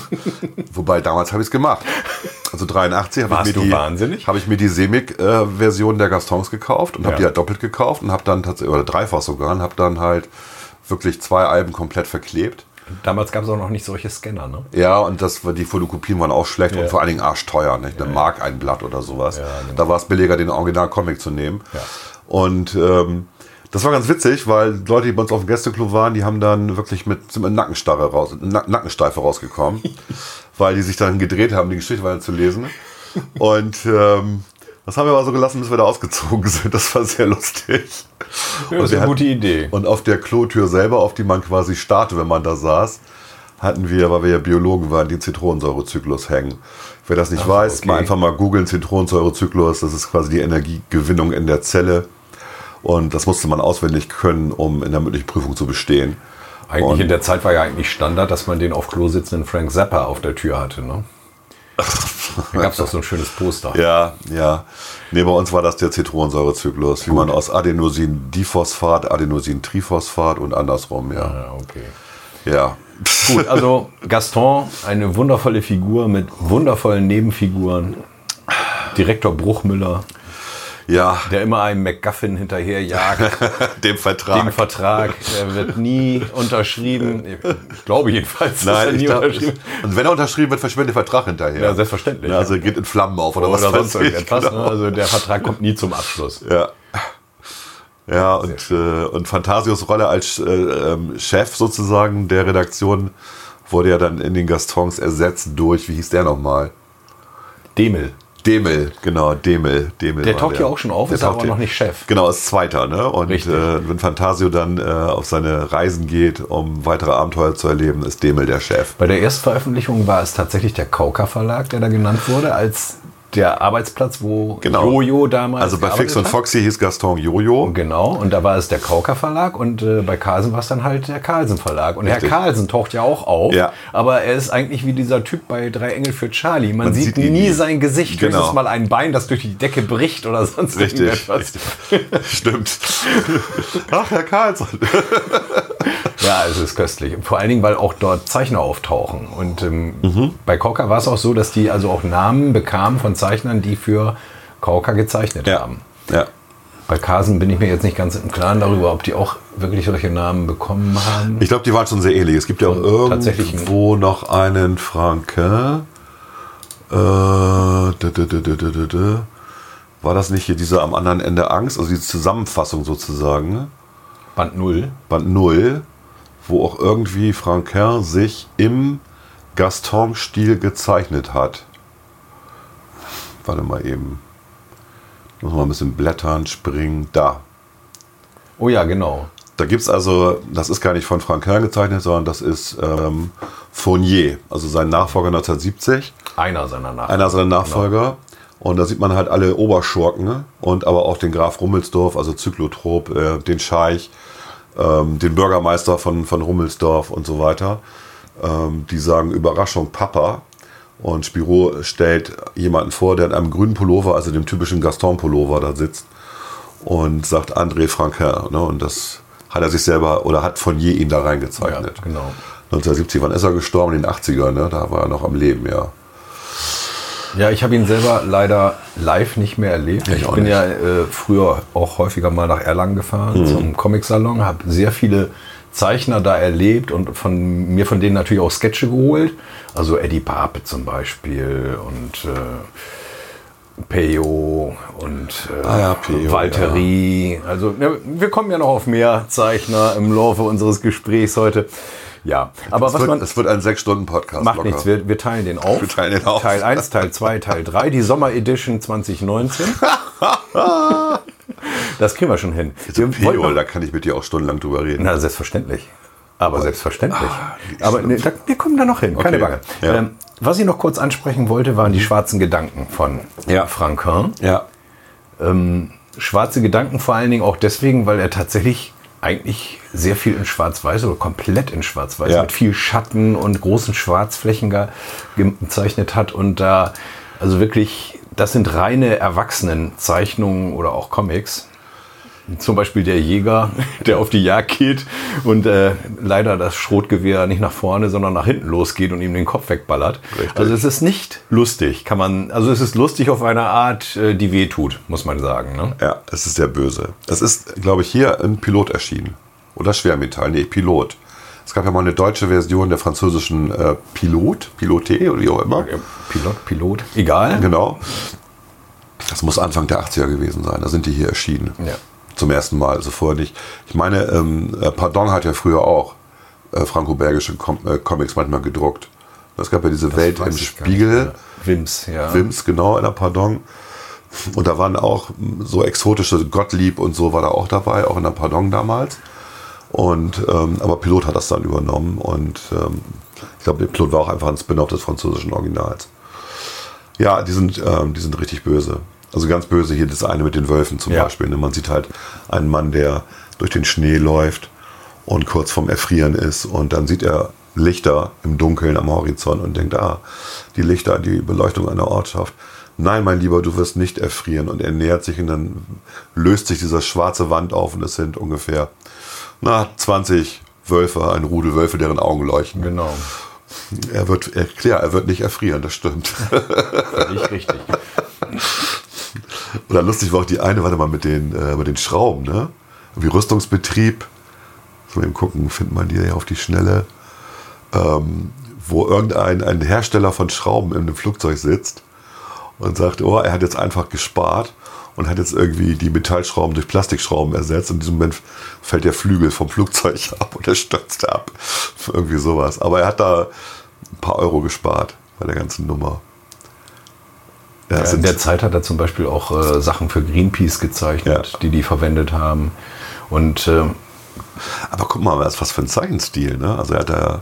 Wobei, damals habe ich es gemacht. Also 83 habe Warst ich du mir die, wahnsinnig? Habe ich mir die Semik-Version der Gastons gekauft und habe Ja. die halt doppelt gekauft und habe dann tatsächlich, oder dreifach sogar, und habe dann halt wirklich zwei Alben komplett verklebt. Damals gab es auch noch nicht solche Scanner, ne? Ja, und das, war- die Fotokopien waren auch schlecht Ja. und vor allen Dingen arschteuer. Nicht? Eine Mark ein Blatt oder sowas. Ja, genau. Da war es billiger, den Original-Comic zu nehmen. Ja. Und ähm, das war ganz witzig, weil Leute, die bei uns auf dem Gästeclub waren, die haben dann wirklich mit, sind mit Nackenstarre raus, Na Nackensteife rausgekommen, weil die sich dann gedreht haben, die Geschichte weiter zu lesen. Und ähm, das haben wir aber so gelassen, bis wir da ausgezogen sind. Das war sehr lustig. Und Ja, das ist wir eine hatten- gute Idee. und auf der Klotür selber, auf die man quasi starrte, wenn man da saß, hatten wir, weil wir ja Biologen waren, den Zitronensäurezyklus hängen. Wer das nicht weiß, okay. mal einfach mal googeln, Zitronensäurezyklus, das ist quasi die Energiegewinnung in der Zelle. Und das musste man auswendig können, um in der mündlichen Prüfung zu bestehen. Eigentlich Und- in der Zeit war ja eigentlich Standard, dass man den auf Klo sitzenden Frank Zappa auf der Tür hatte, ne? Da gab es doch so ein schönes Poster. Ja, ja. Nee, bei uns war das der Zitronensäurezyklus, wie man aus Adenosin-Diphosphat, Adenosin-Triphosphat und andersrum, ja. Ja, Ah, okay. Ja. Gut, also Gaston, eine wundervolle Figur mit wundervollen Nebenfiguren. Direktor Bruchmüller, Ja, der immer einem McGuffin hinterherjagt. dem Vertrag. Den Vertrag, der wird nie unterschrieben. Ich glaube jedenfalls, dass er Nein, nie ich glaub, unterschrieben ich- Und wenn er unterschrieben wird, verschwindet der Vertrag hinterher. Ja, selbstverständlich. Ja, also er geht in Flammen auf oder, was Oder weiß sonst ich. irgendetwas. Genau. ne? Also der Vertrag kommt nie zum Abschluss. Ja. Ja, und, äh, und Fantasios Rolle als äh, ähm, Chef sozusagen der Redaktion wurde ja dann in den Gastons ersetzt durch, wie hieß der nochmal? Demel. Demel, genau, Demel. Demel Der war taucht ja auch schon auf, Der ist aber taucht ja- noch nicht Chef. Genau, ist Zweiter, ne? Und Richtig. äh, wenn Fantasio dann äh, auf seine Reisen geht, um weitere Abenteuer zu erleben, ist Demel der Chef. Bei der Erstveröffentlichung war es tatsächlich der Kauka Verlag, der da genannt wurde, als der Arbeitsplatz, wo Jojo damals. Also bei Fix gearbeitet und hat. Foxy hieß Gaston Jojo. Genau, und da war es der Kauker Verlag und äh, bei Carlsen war es dann halt der Carlsen Verlag. Und Richtig. Herr Carlsen taucht ja auch auf, Ja. aber er ist eigentlich wie dieser Typ bei Drei Engel für Charlie. Man, Man sieht, sieht ihn nie nie. sein Gesicht, Genau. höchstens mal ein Bein, das durch die Decke bricht oder sonst Richtig. irgendetwas. richtig. Stimmt. Ach, Herr Karlsson. Ja, es ist köstlich. Vor allen Dingen, weil auch dort Zeichner auftauchen. Und ähm, Mhm. bei Kauker war es auch so, dass die also auch Namen bekamen von Zeichnern, die für Kauker gezeichnet haben. ja. Bei Carlsen bin ich mir jetzt nicht ganz im Klaren darüber, ob die auch wirklich solche Namen bekommen haben. Ich glaube, die waren schon sehr ähnlich. Es gibt ja auch tatsächlich irgendwo noch einen Franke. Äh, dü- dü- dü- dü- dü- dü- dü. War das nicht hier dieser am anderen Ende Angst? Also die Zusammenfassung sozusagen, ne? Band null. Band 0, wo auch irgendwie Franquin sich im Gaston-Stil gezeichnet hat. Warte mal eben. Muss mal ein bisschen blättern, springen. Da, Oh ja, genau. Da gibt es also, das ist gar nicht von Frank Kern gezeichnet, sondern das ist ähm, Fournier, also sein Nachfolger 1970, Einer seiner Nachfolger. einer seiner Nachfolger. Und da sieht man halt alle Oberschurken ne? und aber auch den Graf Rummelsdorf, also Zyklotrop, äh, den Scheich, ähm, den Bürgermeister von, von Rummelsdorf und so weiter. Ähm, die sagen Überraschung Papa. Und Spiro stellt jemanden vor, der in einem grünen Pullover, also dem typischen Gaston-Pullover, da sitzt und sagt André Franquin. Ne? Und das hat er sich selber oder hat von je ihn da reingezeichnet. Ja, genau. 1970, wann ist er gestorben? In den 80ern, ne? da war er noch am Leben, ja. Ja, ich habe ihn selber leider live nicht mehr erlebt. Ich Ich, auch bin nicht. Mhm. ja äh, früher auch häufiger mal nach Erlangen gefahren zum Comic-Salon, habe sehr viele Zeichner da erlebt und von mir von denen natürlich auch Sketche geholt. Also Eddie Pape zum Beispiel und äh, Peyo und äh, Ah ja, Peyo, Valtteri. Also ja, wir kommen ja noch auf mehr Zeichner im Laufe unseres Gesprächs heute. Ja, aber Es was wird, man es wird ein 6-Stunden-Podcast. Macht nichts, wir, wir teilen den auf. Wir teilen den auf. Teil 1, Teil 2, Teil 3, die Sommer-Edition 2019. das kriegen wir schon hin. Wir wollten Piol, noch- da Oh. kann ich mit dir auch stundenlang drüber reden. na, selbstverständlich. Aber selbstverständlich. die Aber nee, da, wir kommen da noch hin, keine Ah, Okay, Bange. ja. Ähm, was ich noch kurz ansprechen wollte, waren die schwarzen Gedanken von Ja. Franquin. ja. Ähm, Schwarze Gedanken vor allen Dingen auch deswegen, weil er tatsächlich eigentlich sehr viel in Schwarz-Weiß oder komplett in Schwarz-Weiß Ja. mit viel Schatten und großen Schwarzflächen ge- gezeichnet hat und da also wirklich das sind reine Erwachsenenzeichnungen oder auch Comics. Zum Beispiel der Jäger, der auf die Jagd geht und äh, leider das Schrotgewehr nicht nach vorne, sondern nach hinten losgeht und ihm den Kopf wegballert. Also es ist nicht lustig, kann man. Also es ist lustig auf eine Art, äh, die weh tut, muss man sagen. Ne? Ja, es ist sehr böse. Es ist, glaube ich, hier ein Pilot erschienen. Oder Schwermetall, nee, Pilot. Es gab ja mal eine deutsche Version der französischen äh, Pilot, Piloté oder wie auch immer. Pilot, Pilot. Egal. Genau. Das muss Anfang der 80er gewesen sein. Da sind die hier erschienen. Ja. Zum ersten Mal, also vorher nicht. Ich meine, ähm, äh, Pardon hat ja früher auch äh, franco-belgische Com äh, Comics manchmal gedruckt. Es gab ja diese Welt weiß im ich gar Spiegel. Wims, ja. Wims, genau, in der Pardon. Und da waren auch so exotische Gottlieb und so war da auch dabei, auch in der Pardon damals. Und ähm, aber Pilot hat das dann übernommen und ähm, ich glaube, der Pilot war auch einfach ein Spin-off des französischen Originals. Ja, die sind, ähm, die sind richtig böse. Also ganz böse hier das eine mit den Wölfen zum Ja. Beispiel. Ne? Man sieht halt einen Mann, der durch den Schnee läuft und kurz vorm Erfrieren ist und dann sieht er Lichter im Dunkeln am Horizont und denkt, ah, die Lichter, die Beleuchtung einer Ortschaft. Nein, mein Lieber, du wirst nicht erfrieren. Und er nähert sich und dann löst sich dieser schwarze Wand auf und es sind ungefähr, na, 20 Wölfe, ein Rudel Wölfe, deren Augen leuchten. Genau. Er wird, er, klar, er wird nicht erfrieren, das stimmt. Nicht richtig. Oder lustig war auch die eine, warte mal, mit den, äh, mit den Schrauben, ne? Wie Rüstungsbetrieb. So eben gucken, findet man die hier auf die Schnelle. Ähm, wo irgendein ein Hersteller von Schrauben in einem Flugzeug sitzt und sagt, oh, er hat jetzt einfach gespart und hat jetzt irgendwie die Metallschrauben durch Plastikschrauben ersetzt. Und in diesem Moment fällt der Flügel vom Flugzeug ab und er stürzt ab. Irgendwie sowas. Aber er hat da ein paar Euro gespart bei der ganzen Nummer. Ja, Ja, in sind- der Zeit hat er zum Beispiel auch äh, Sachen für Greenpeace gezeichnet, Ja. die die verwendet haben. Und äh, Aber guck mal, was was für ein Zeichenstil, ne? Also er hat da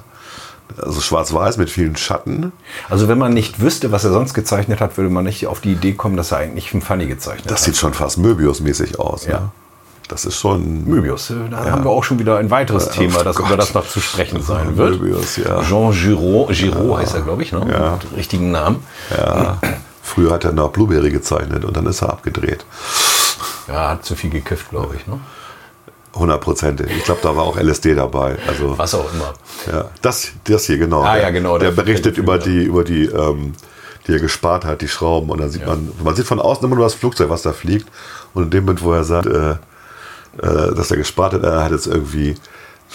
also schwarz-weiß mit vielen Schatten. also wenn man nicht wüsste, was er sonst gezeichnet hat, würde man nicht auf die Idee kommen, dass er eigentlich einen Funny gezeichnet Das hat. sieht schon fast Möbius-mäßig aus. Ne? Ja. Das ist schon Möbius, äh, da haben wir auch schon wieder ein weiteres Thema, das, oh Gott. über das noch zu sprechen sein wird. Möbius, ja. Jean Giraud, Giraud heißt er, glaube ich, ne? Ja. Mit richtigen Namen. Ja. Früher hat er noch Blueberry gezeichnet und dann ist er abgedreht. Ja, hat zu viel gekifft, glaube ich. Ne? Hundertprozentig. Ich glaube, da war auch LSD dabei. Also Was auch immer. ja. das, das hier genau. Ah, Der- ja, genau, Der der- berichtet der- über die über die ähm, die er gespart hat, die Schrauben und dann sieht man man sieht von außen immer nur das Flugzeug, was da fliegt und in dem Moment, wo er sagt, äh, äh, dass er gespart hat, er hat jetzt irgendwie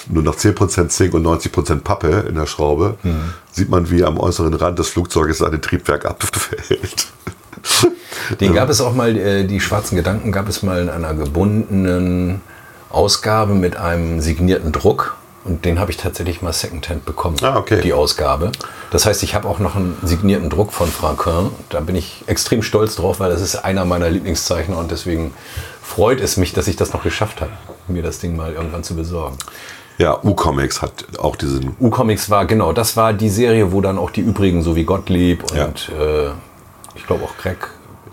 nur noch 10% Zink und 90% Pappe in der Schraube, Mhm. sieht man, wie am äußeren Rand des Flugzeuges seine Triebwerk abfällt. Den gab es auch mal, äh, die schwarzen Gedanken gab es mal in einer gebundenen Ausgabe mit einem signierten Druck. Und den habe ich tatsächlich mal Secondhand bekommen, Ah, okay. die Ausgabe. Das heißt, ich habe auch noch einen signierten Druck von Franquin. Da bin ich extrem stolz drauf, weil das ist einer meiner Lieblingszeichner und deswegen freut es mich, dass ich das noch geschafft habe, mir das Ding mal irgendwann zu besorgen. Ja, U-Comics hat auch diesen. U-Comics war, genau, das war die Serie, wo dann auch die übrigen, so wie Gottlieb und äh, ich glaube auch Craig,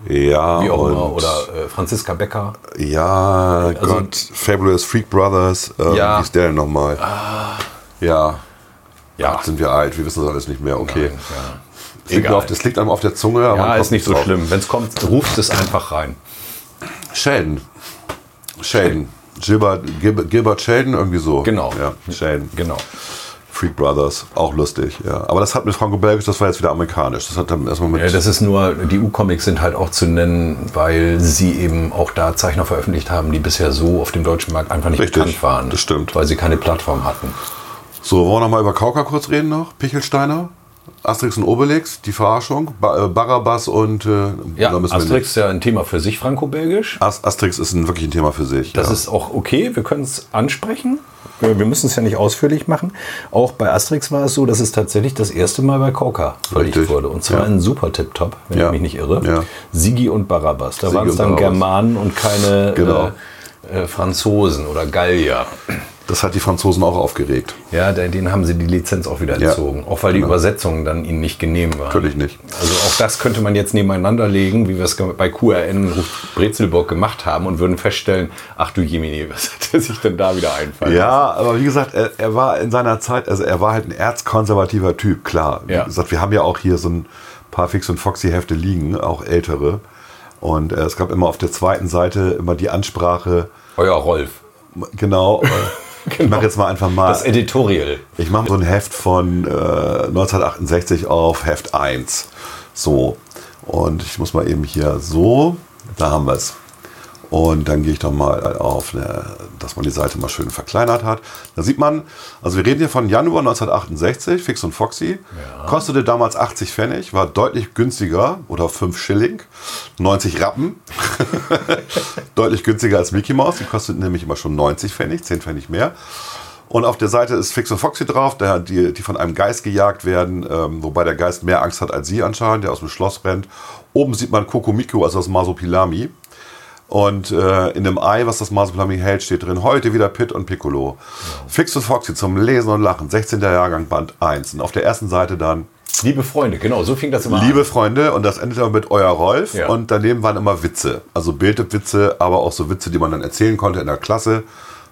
Ja, wie auch immer, und- oder äh, Franziska Becker. Ja, Gott, Fabulous Freak Brothers. Ähm, Also Ja. Ah. Wie ist der denn nochmal? Ja. Ja. Sind wir alt, wir wissen das alles nicht mehr. Okay. Nein, ja. es, liegt egal. mir auf, es liegt einem auf der Zunge. aber ja, man ist kommt nicht so drauf. schlimm. Wenn es kommt, ruft es einfach rein. Sheldon. Sheldon. Gilbert, Gilbert, Gilbert Sheldon, irgendwie so. Genau. Ja, Sheldon. Genau. Freak Brothers, auch lustig, ja. Aber das hat mit Franco Belgisch, das war jetzt wieder amerikanisch. Das hat dann erstmal mit. Ja, das ist nur, die U-Comics sind halt auch zu nennen, weil sie eben auch da Zeichner veröffentlicht haben, die bisher so auf dem deutschen Markt einfach nicht Richtig, bekannt waren. das stimmt. Weil sie keine Plattform hatten. so, wollen wir nochmal über Kauka kurz reden noch? Pichelsteiner? Asterix und Obelix, die Verarschung, ba äh, Barabbas und. Äh, Ja, da müssen wir Asterix ist ja ein Thema für sich, franco-belgisch. nicht- As Asterix ist ein, wirklich ein Thema für sich. Das ja. ist auch okay, wir können es ansprechen. Wir wir müssen es ja nicht ausführlich machen. Auch bei Asterix war es so, dass es tatsächlich das erste Mal bei Coca verlegt Richtig. wurde. Und zwar Ja. in super Tip-Top, wenn Ja. ich mich nicht irre. Ja. Sigi und Barabbas. Da Sigi waren es und dann Barabbas. Germanen und keine Genau. äh, äh, Franzosen oder Gallier. Das hat die Franzosen auch aufgeregt. Ja, de- denen haben sie die Lizenz auch wieder Ja. entzogen. Auch weil die Übersetzungen dann ihnen nicht genehm waren. Natürlich nicht. Also auch das könnte man jetzt nebeneinander legen, wie wir es bei QRN Ruf Brezelburg gemacht haben und würden feststellen, ach du Jemini, was hat er sich denn da wieder einfallen? Ja, aber wie gesagt, er, er war in seiner Zeit, also er war halt ein erzkonservativer Typ, klar. Ja. Wie gesagt, wir haben ja auch hier so ein paar Fix- und Foxy-Hefte liegen, auch ältere. Und äh, es gab immer auf der zweiten Seite immer die Ansprache, Euer Rolf. genau, äh, ich mache jetzt mal einfach mal, Das Editorial. ich mache so ein Heft von äh, 1968 auf Heft 1. So, und ich muss mal eben hier so, da haben wir es. Und dann gehe ich doch mal auf, ne, dass man die Seite mal schön verkleinert hat. Da sieht man, also wir reden hier von Januar 1968, Fix und Foxy. Kostete damals 80 Pfennig, war deutlich günstiger oder 5 Schilling, 90 Rappen. deutlich günstiger als Mickey Mouse, die kostet nämlich immer schon 90 Pfennig, 10 Pfennig mehr. Und auf der Seite ist Fix und Foxy drauf, der, die, die von einem Geist gejagt werden, ähm, wobei der Geist mehr Angst hat als sie anscheinend, der aus dem Schloss rennt. Oben sieht man Kokomiko, also das Masopilami. Und äh, in dem Ei, was das Masopilami hält, steht drin, heute wieder Pitt und Piccolo. Fix und Foxy zum Lesen und Lachen, 16. Jahrgang, Band 1. Und auf der ersten Seite dann, Liebe Freunde, genau, so fing das immer liebe an. Freunde, und das endet dann mit Euer Rolf. Ja. Und daneben waren immer Witze, also Bildwitze, aber auch so Witze, die man dann erzählen konnte in der Klasse.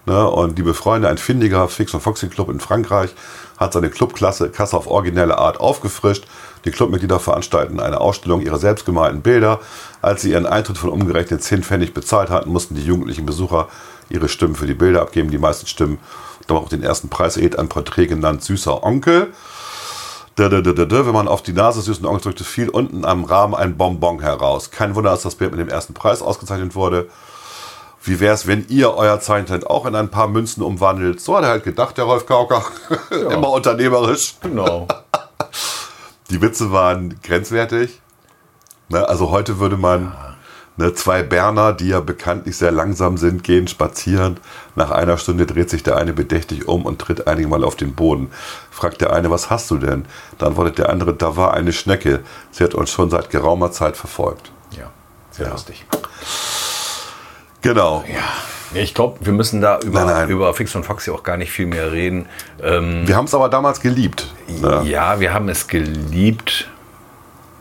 Ne? Und liebe Freunde, ein findiger Fix- und Foxy-Club in Frankreich hat seine Clubklasse Kasse auf originelle Art aufgefrischt. Die Clubmitglieder veranstalten eine Ausstellung ihrer selbstgemalten Bilder. Als sie ihren Eintritt von umgerechnet 10 Pfennig bezahlt hatten, mussten die jugendlichen Besucher ihre Stimmen für die Bilder abgeben. Die meisten Stimmen haben auch den ersten Preis erhielt, ein Porträt genannt Süßer Onkel. Da, da, da, da, da, wenn man auf die Nase süßen Onkels drückte, fiel unten am Rahmen ein Bonbon heraus. Kein Wunder, dass das Bild mit dem ersten Preis ausgezeichnet wurde. Wie wäre es, wenn ihr euer Zeichentalent auch in ein paar Münzen umwandelt? So hat er halt gedacht, der Rolf Kauker. Immer unternehmerisch. Genau. Die Witze waren grenzwertig. Ne, also heute würde man ne, zwei Berner, die ja bekanntlich sehr langsam sind, gehen spazieren. Nach einer Stunde dreht sich der eine bedächtig um und tritt einige Mal auf den Boden. Fragt der eine, was hast du denn? Dann antwortet der andere, da war eine Schnecke. Sie hat uns schon seit geraumer Zeit verfolgt. Ja, sehr lustig. Genau. Ja, ich glaube, wir müssen da über, Nein, nein. über Fix und Foxy auch gar nicht viel mehr reden. Ähm, Wir haben es aber damals geliebt. ja. Ne? wir haben es geliebt.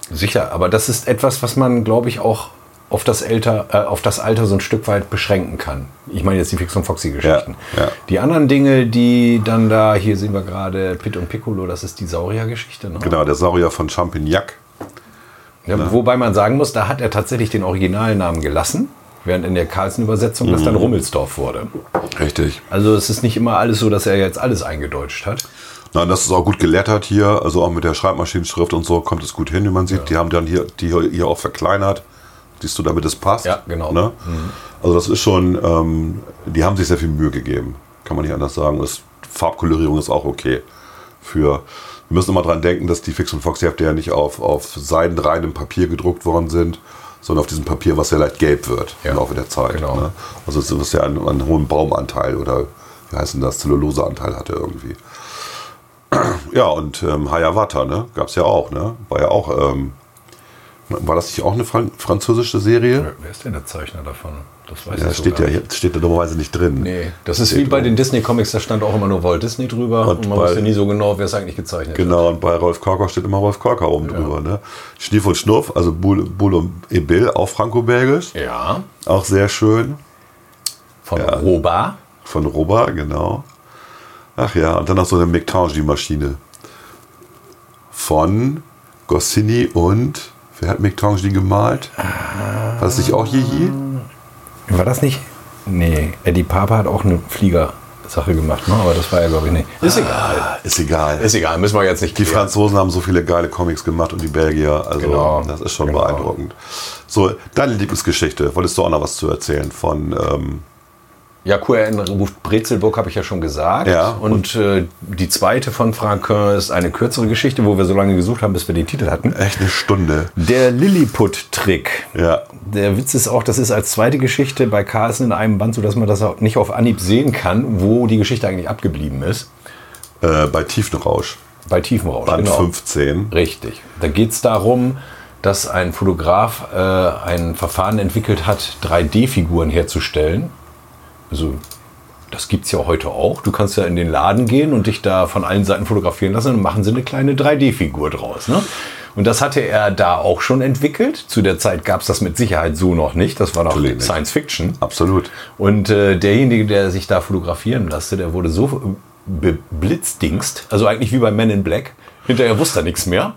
Sicher, aber das ist etwas, was man, glaube ich, auch auf das, Alter, äh, auf das Alter so ein Stück weit beschränken kann. Ich meine jetzt die Fix und Foxy-Geschichten. Ja, ja. Die anderen Dinge, die dann da, hier sehen wir gerade Pitt und Piccolo, das ist die Saurier-Geschichte. Ne? Genau, der Saurier von Champignac. Ja, wobei man sagen muss, da hat er tatsächlich den Originalnamen gelassen, während in der Carlsen-Übersetzung das dann Mhm. Rummelsdorf wurde. Richtig. Also es ist nicht immer alles so, dass er jetzt alles eingedeutscht hat. Nein, das ist auch gut gelettert hier, also auch mit der Schreibmaschinenschrift und so kommt es gut hin, wie man sieht. Die haben dann hier, die hier- hier auch verkleinert. Siehst du, damit es passt. Ja, genau. Ne? Also das ist schon, ähm, die haben sich sehr viel Mühe gegeben, kann man nicht anders sagen. Das, Farbkolorierung ist auch okay. Für, wir müssen immer dran denken, dass die Fix und Foxy Hefte ja nicht auf, auf seidenreinem Papier gedruckt worden sind, sondern auf diesem Papier, was sehr leicht gelb wird Ja, im Laufe der Zeit. genau. Ne? Also es ist ja ein, ein hohen Baumanteil oder wie heißt denn das, Zelluloseanteil hatte irgendwie. Ja, und ähm, Hayawata, ne? Gab's ja auch, ne? War ja auch, ähm, war das nicht auch eine Fran französische Serie? Wer ist denn der Zeichner davon? Das weiß Ja, ich so steht gar ja, hier- steht ja dummerweise nicht drin. Nee, das ist wie bei den Disney-Comics, da stand auch immer nur Walt Disney drüber und, Und man bei- wusste nie so genau, wer es eigentlich gezeichnet hat. Genau, und bei Rolf Korker steht immer Rolf Korker oben drüber, ne? Schnief und Schnurf, also Bull, Bull und Ebil, auch franco-belgisch, Ja, auch sehr schön. von Roba. Von Roba, genau. Ach ja, und dann noch so eine Mictangi-Maschine. Von Goscinny und. Wer hat Mictangi gemalt? War das nicht auch Jiji? War das nicht? Nee, Eddie Papa hat auch eine Fliegersache gemacht, ne? aber das war ja, glaube ich, nicht. Ist egal. Ist egal. Ah, Ist egal, müssen wir jetzt nicht die Franzosen haben so viele geile Comics gemacht und die Belgier. Also, Genau, das ist schon genau. beeindruckend. So, deine Lieblingsgeschichte. Wolltest du auch noch was zu erzählen von. Ähm, Ja, QRN ruft Brezelburg, habe ich ja schon gesagt. Ja. Und äh, die zweite von Franquin ist eine kürzere Geschichte, wo wir so lange gesucht haben, bis wir den Titel hatten. echt eine Stunde. Der Lilliput-Trick. Ja. Der Witz ist auch, das ist als zweite Geschichte bei Carlsen in einem Band, sodass man das auch nicht auf Anhieb sehen kann, wo die Geschichte eigentlich abgeblieben ist. Äh, bei Tiefenrausch. Bei Tiefenrausch. genau. Band 15. Richtig. Da geht es darum, dass ein Fotograf äh, ein Verfahren entwickelt hat, 3D-Figuren herzustellen. Also das gibt es ja heute auch. Du kannst ja in den Laden gehen und dich da von allen Seiten fotografieren lassen und machen sie eine kleine 3D-Figur draus. Ne? Und das hatte er da auch schon entwickelt. Zu der Zeit gab es das mit Sicherheit so noch nicht. Das war noch Natürlich nicht. Science Fiction. Absolut. Und äh, derjenige, der sich da fotografieren lasse, der wurde so beblitzdingst, also eigentlich wie bei Men in Black. Hinterher wusste er nichts mehr.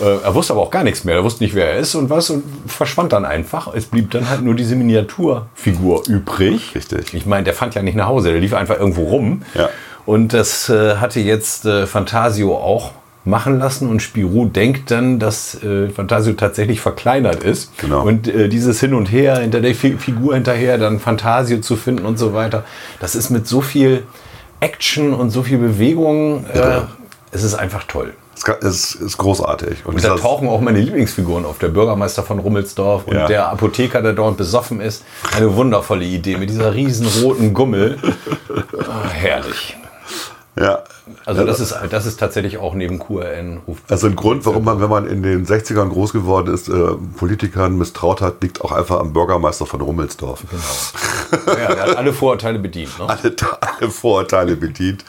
Äh, er wusste aber auch gar nichts mehr. Er wusste nicht, wer er ist und was und verschwand dann einfach. Es blieb dann halt nur diese Miniaturfigur übrig. Richtig. Ich meine, der fand ja nicht nach Hause, der lief einfach irgendwo rum. Ja. Und das äh, hatte jetzt äh, Fantasio auch machen lassen und Spirou denkt dann, dass äh, Fantasio tatsächlich verkleinert ist. Genau. Und äh, dieses Hin und Her, hinter der Fi Figur hinterher, dann Fantasio zu finden und so weiter, das ist mit so viel Action und so viel Bewegung, äh, es ist einfach toll. Es kann- Es ist großartig. Und, Und da dieser- tauchen auch meine Lieblingsfiguren auf. Der Bürgermeister von Rummelsdorf und Ja. der Apotheker, der dauernd besoffen ist. Eine wundervolle Idee mit dieser riesen roten Gummel. Ah, herrlich. Ja. Also das ist, das ist tatsächlich auch neben QRN ruft. Also ein Grund, warum man, wenn man in den 60ern groß geworden ist, äh, Politikern misstraut hat, liegt auch einfach am Bürgermeister von Rummelsdorf. Ja, der hat alle Vorurteile bedient. Ne? Alle, alle Vorurteile bedient.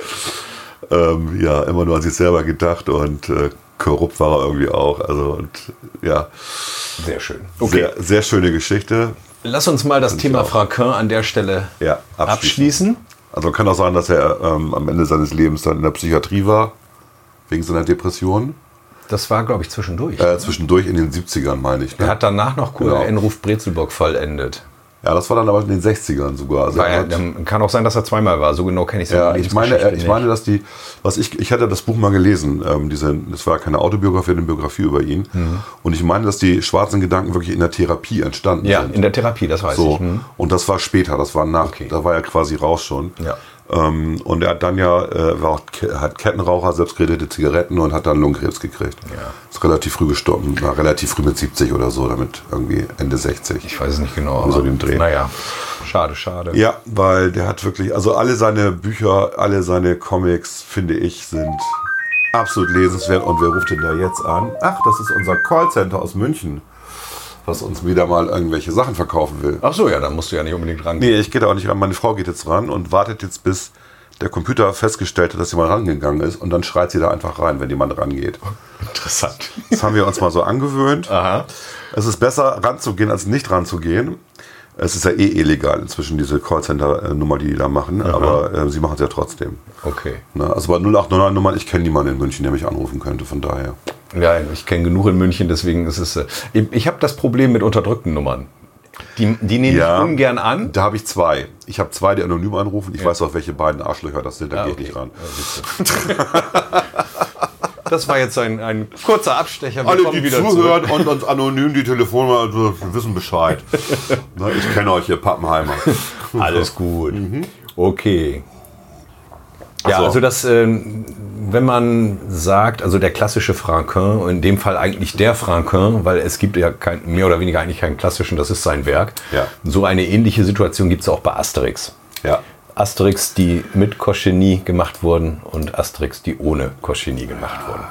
Ähm, ja, immer nur an sich selber gedacht und äh, korrupt war er irgendwie auch. Also und ja, Sehr schön. Okay, sehr, sehr schöne Geschichte. lass uns mal das Thema Franquin an der Stelle Ja, abschließen. abschließen. Also kann auch sein, dass er ähm, am Ende seines Lebens dann in der Psychiatrie war, wegen seiner Depression. Das war, glaube ich, zwischendurch. Äh, zwischendurch in den 70ern, meine ich. er Ne? hat danach noch QRN Genau. ruft Brezelburg vollendet. Ja, das war dann aber in den 60ern sogar. Also War er er, hat- ähm, kann auch sein, dass er zweimal war. So genau kenne ich es Ja, ich meine, äh, ich meine, dass die, was ich, ich hatte das Buch mal gelesen, ähm, diese, das war keine Autobiografie, eine Biografie über ihn. Mhm. Und ich meine, dass die schwarzen Gedanken wirklich in der Therapie entstanden Ja, sind. in der Therapie, das weiß so. ich. Hm. Und das war später, das war nach, Okay. da war er quasi raus schon. Ja. Ähm, und er hat dann ja, äh, war auch, Ke- hat Kettenraucher, selbst gerettete Zigaretten und hat dann Lungenkrebs gekriegt. Ja. Ist relativ früh gestorben, war relativ früh mit 70 oder so, damit irgendwie Ende 60. Ich weiß es nicht genau. so aber- den Dreh. Naja, schade, schade. Ja, weil der hat wirklich, also alle seine Bücher, alle seine Comics, finde ich, sind absolut lesenswert. Und wer ruft denn da jetzt an? Ach, das ist unser Callcenter aus München, was uns wieder mal irgendwelche Sachen verkaufen will. Ach so, ja, da musst du ja nicht unbedingt ran. Nee, ich gehe da auch nicht ran. Meine Frau geht jetzt ran und wartet jetzt, bis der Computer festgestellt hat, dass jemand rangegangen ist. Und dann schreit sie da einfach rein, wenn jemand rangeht. Interessant. Das haben wir uns mal so angewöhnt. Aha. Es ist besser ranzugehen, als nicht ranzugehen. Es ist ja eh illegal inzwischen, diese Callcenter-Nummer, die die da machen. Aber äh, sie machen es ja trotzdem. Okay. Ne? Also bei 0899-Nummern, ich kenne niemanden in München, der mich anrufen könnte, von daher. Ja, ich kenne genug in München, deswegen ist es. äh, Ich, ich habe das Problem mit unterdrückten Nummern. Die, die nehme ich ungern an. Da habe ich zwei. Ich habe zwei, die anonym anrufen. Ich weiß auch, welche beiden Arschlöcher das sind, da gehe okay. ich nicht ran. Das war jetzt ein, ein kurzer Abstecher. Wir Alle, kommen die zurück. zuhören und uns anonym die Telefonnummer, also, wissen Bescheid. Ne, ich kenne euch, ihr Pappenheimer. Alles gut. Okay. Ja, Mhm. so. also das, ähm, wenn man sagt, also der klassische Franquin, in dem Fall eigentlich der Franquin, weil es gibt ja kein, mehr oder weniger eigentlich keinen klassischen, das ist sein Werk. Ja. So eine ähnliche Situation gibt es auch bei Asterix. Ja. Asterix, die mit Cochenny gemacht wurden und Asterix, die ohne Cochenny gemacht wurden.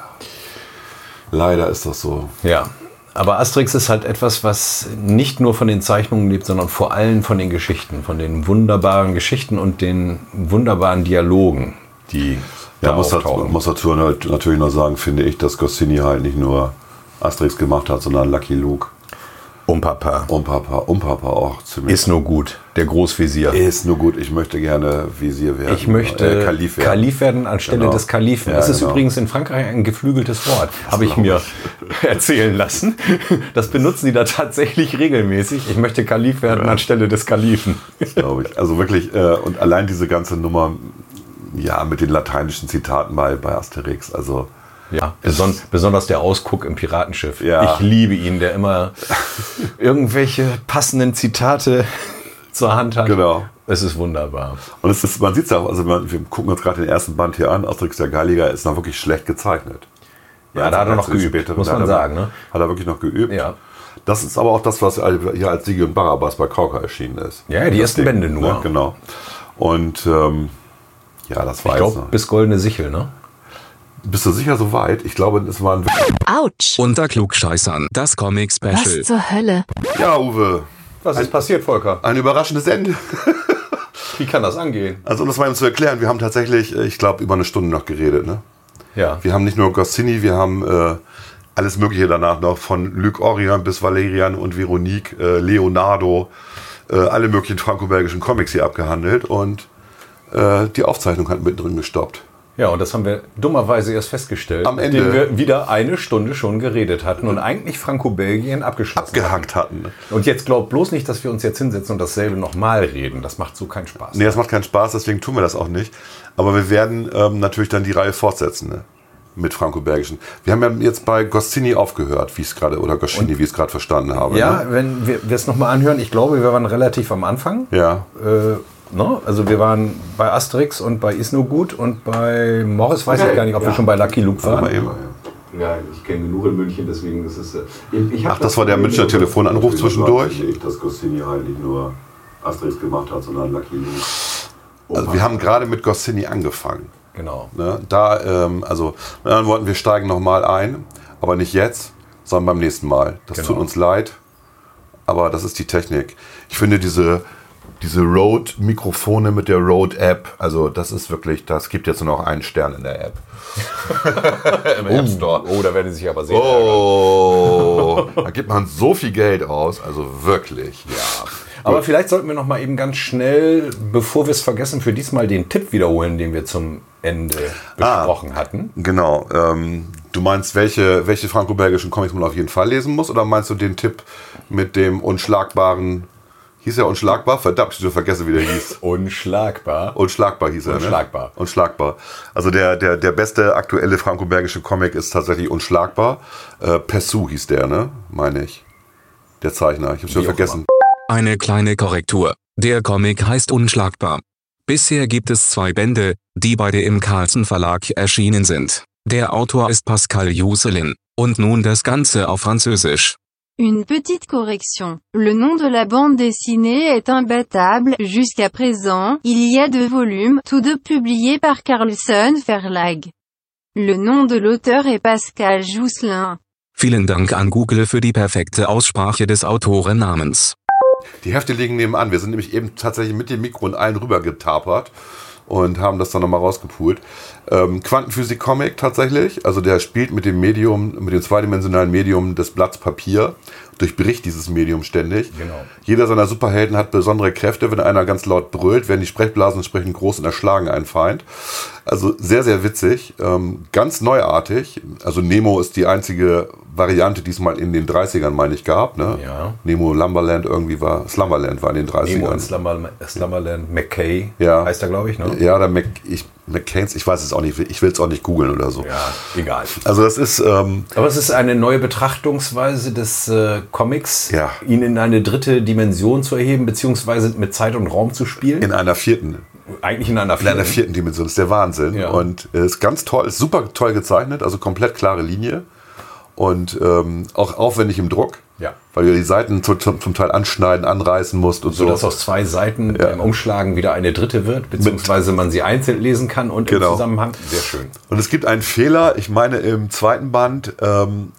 Leider ist das so. Ja, aber Asterix ist halt etwas, was nicht nur von den Zeichnungen lebt, sondern vor allem von den Geschichten, von den wunderbaren Geschichten und den wunderbaren Dialogen, die Da muss, das, muss dazu halt natürlich noch sagen, finde ich, dass Goscinny halt nicht nur Asterix gemacht hat, sondern Lucky Luke. Um Papa Und Papa, und Papa auch ziemlich. ist nur gut, der Großvisier. Ist nur gut, ich möchte gerne Visier werden. Äh, Ich möchte äh, Kalif werden. anstelle Genau. des Kalifen. Ja, das ist genau. übrigens in Frankreich ein geflügeltes Wort, habe ich mir erzählen lassen. Das benutzen die da tatsächlich regelmäßig. Ich möchte Kalif werden anstelle des Kalifen. glaube ich. Also wirklich, äh, und allein diese ganze Nummer, ja, mit den lateinischen Zitaten bei, bei Asterix, also Ja, beson besonders der Ausguck im Piratenschiff. Ja. Ich liebe ihn, der immer irgendwelche passenden Zitate zur Hand hat. Genau. Es ist wunderbar. Und es ist, man sieht es ja auch, also man, wir gucken uns gerade den ersten Band hier an, Asterix der Galliger ist noch wirklich schlecht gezeichnet. Also Ja, da hat er noch geübt, muss da hat man er- sagen, ne? Hat er wirklich noch geübt. Ja. Das ist aber auch das, was hier als Siegel und Barabbas bei Kauka erschienen ist. Ja, die Das ersten Bände nur. Genau. Und ähm, ja, das war Ich jetzt glaube, noch. bis Goldene Sichel, ne? Bist du sicher so weit? Ich glaube, es waren... Autsch. Unter Klugscheißern. Das Comic Was Special. zur Hölle? Ja, Uwe, Was ist passiert, Volker? ein überraschendes Ende. Wie kann das angehen? Also um das mal eben zu erklären, wir haben tatsächlich, äh, ich glaube, über eine Stunde noch geredet. Ne? Ja. Wir haben nicht nur Goscinny, wir haben äh, alles Mögliche danach noch, von Luc Orion bis Valerian und Veronique, äh, Leonardo, äh, alle möglichen franco-belgischen Comics hier abgehandelt und äh, die Aufzeichnung hat mittendrin gestoppt. Ja, und das haben wir dummerweise erst festgestellt, Am Ende. indem wir wieder eine Stunde schon geredet hatten und eigentlich Franco-Belgien abgeschlossen hatten. Gehackt hatten. Und jetzt glaubt bloß nicht, dass wir uns jetzt hinsetzen und dasselbe nochmal reden. Das macht so keinen Spaß. Nee, das macht keinen Spaß, deswegen tun wir das auch nicht. Aber wir werden ähm, natürlich dann die Reihe fortsetzen ne? mit franco-belgischen. Wir haben ja jetzt bei Goscinny aufgehört, wie ich es gerade, oder Goscinny, wie ich es gerade verstanden habe. Ja, Ne? wenn wir wir es nochmal anhören, ich glaube, wir waren relativ am Anfang. Ja. Äh, ne? Also wir waren bei Asterix und bei Isno gut und bei Morris weiß ich gar nicht, ob wir schon bei Lucky Luke waren. Mal eben. Ja, ich kenne genug in München, deswegen ist es. äh, Ich, ich hab Ach, das war der Münchner Telefonanruf zwischendurch? dass Goscinny halt nicht nur Asterix gemacht hat, sondern Lucky Luke. Also wir haben gerade mit Goscinny angefangen. Genau. Ne? Da, ähm, also, mit anderen Worten, wir steigen nochmal ein, aber nicht jetzt, sondern beim nächsten Mal. Das Genau. tut uns leid, aber das ist die Technik. Ich finde diese, diese Rode-Mikrofone mit der Rode-App, also das ist wirklich, das gibt jetzt nur noch einen Stern in der App. Im App Store. Oh, da werden Sie sich aber sehen. Oh, da gibt man so viel Geld aus, also wirklich. Ja. Aber vielleicht sollten wir noch mal eben ganz schnell, bevor wir es vergessen, für diesmal den Tipp wiederholen, den wir zum Ende besprochen hatten. Genau. Ähm, du meinst, welche, welche franco-belgischen Comics man auf jeden Fall lesen muss? Oder meinst du den Tipp mit dem unschlagbaren. Hieß er unschlagbar? Verdammt, ich hab vergessen, wie der hieß. Unschlagbar. Unschlagbar hieß er. Unschlagbar. Ne? Unschlagbar. Also der, der, der beste aktuelle franco-belgische Comic ist tatsächlich unschlagbar. Äh, Pessu hieß der, ne? Meine ich. Der Zeichner. Ich hab's schon Wie auch vergessen. Eine kleine Korrektur. Der Comic heißt Unschlagbar. Bisher gibt es zwei Bände, die beide im Carlsen Verlag erschienen sind. Der Autor ist Pascal Juselin. Und nun das Ganze auf Französisch. Une petite correction. Le nom de la bande dessinée est imbattable. Jusqu'à présent, il y a deux volumes, tous deux publiés par Carlson Verlag. Le nom de l'auteur est Pascal Jousselin. Vielen Dank an Google für die perfekte Aussprache des Autorennamens. Die Hefte liegen nebenan. Wir sind nämlich eben tatsächlich mit dem Mikro und allen rüber getapert und haben das dann nochmal rausgepult. Ähm, Quantenphysik Comic tatsächlich. Also der spielt mit dem Medium, mit dem zweidimensionalen Medium des Blatts Papier, durchbricht dieses Medium ständig. Genau. Jeder seiner Superhelden hat besondere Kräfte. Wenn einer ganz laut brüllt, werden die Sprechblasen entsprechend groß und erschlagen einen Feind. Also sehr, sehr witzig. Ähm, ganz neuartig. Also Nemo ist die einzige Variante, die es mal in den 30ern, meine ich, gab. Ne? Ja. Nemo Lumberland irgendwie war. Slumberland war in den 30ern. Nemo in Slumber- Slumberland, McKay Ja. heißt er, glaube ich, ne? Ja, oder Mc, ich, McCain's, ich weiß es auch nicht, ich will es auch nicht googeln oder so. Ja, egal. Also das ist, ähm, Aber es ist eine neue Betrachtungsweise des äh, Comics, Ja. ihn in eine dritte Dimension zu erheben, beziehungsweise mit Zeit und Raum zu spielen. in einer vierten, Eigentlich in einer in einer vierten Dimension, das ist der Wahnsinn. Mhm. Ja. Und äh, ist ganz toll, ist super toll gezeichnet, also komplett klare Linie. und ähm, auch aufwendig im Druck, Ja. weil du die Seiten zu, zum, zum Teil anschneiden, anreißen musst und so. So dass aus zwei Seiten beim Umschlagen wieder eine dritte wird, beziehungsweise man sie einzeln lesen kann und Genau. im Zusammenhang. Sehr schön. Und es gibt einen Fehler, ich meine im zweiten Band, ähm,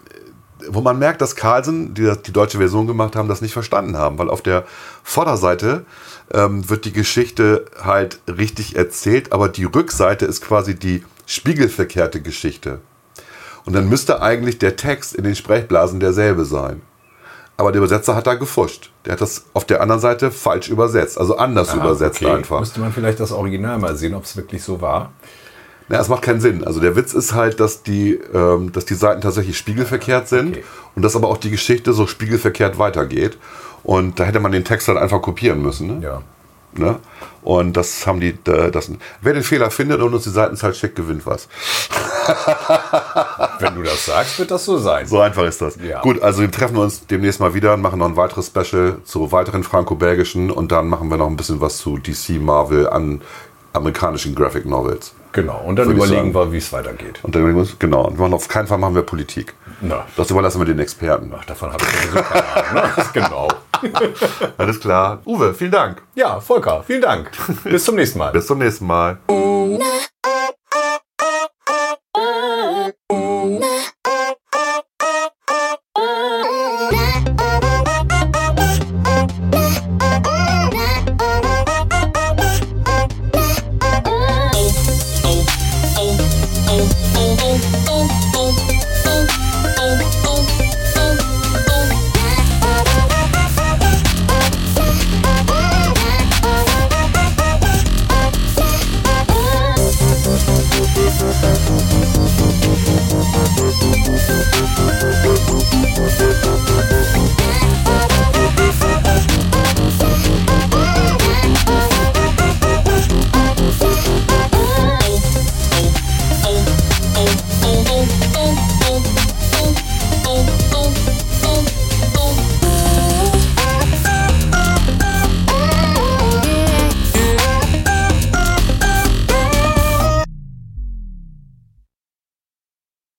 wo man merkt, dass Carlsen, die das- die deutsche Version gemacht haben, das nicht verstanden haben, weil auf der Vorderseite ähm, wird die Geschichte halt richtig erzählt, aber die Rückseite ist quasi die spiegelverkehrte Geschichte. Und dann müsste eigentlich der Text in den Sprechblasen derselbe sein. Aber der Übersetzer hat da gefuscht. Der hat das auf der anderen Seite falsch übersetzt, also anders übersetzt Ah, okay. einfach. Müsste man vielleicht das Original mal sehen, ob es wirklich so war. Na, es macht keinen Sinn. Also der Witz ist halt, dass die, ähm, dass die Seiten tatsächlich spiegelverkehrt sind Okay. und dass aber auch die Geschichte so spiegelverkehrt weitergeht. Und da hätte man den Text halt einfach kopieren müssen. Ne? Ja. Ne? Und das haben die. Äh, das, wer den Fehler findet und uns die Seitenzahl schickt, gewinnt was. Wenn du das sagst, wird das so sein. So einfach ist das. Ja. Gut, also treffen wir uns demnächst mal wieder und machen noch ein weiteres Special zu weiteren franco-belgischen und dann machen wir noch ein bisschen was zu DC, Marvel, an amerikanischen Graphic Novels. Genau. Und dann Würde ich überlegen sagen. wir, wie es weitergeht. Und dann, genau, und wir machen auf keinen Fall machen wir Politik. Na. Das überlassen wir den Experten. Ach, davon habe ich sowieso keine Ahnung. Ne? genau. Alles klar. Uwe, vielen Dank. Ja, Volker, vielen Dank. Bis zum nächsten Mal. Bis zum nächsten Mal.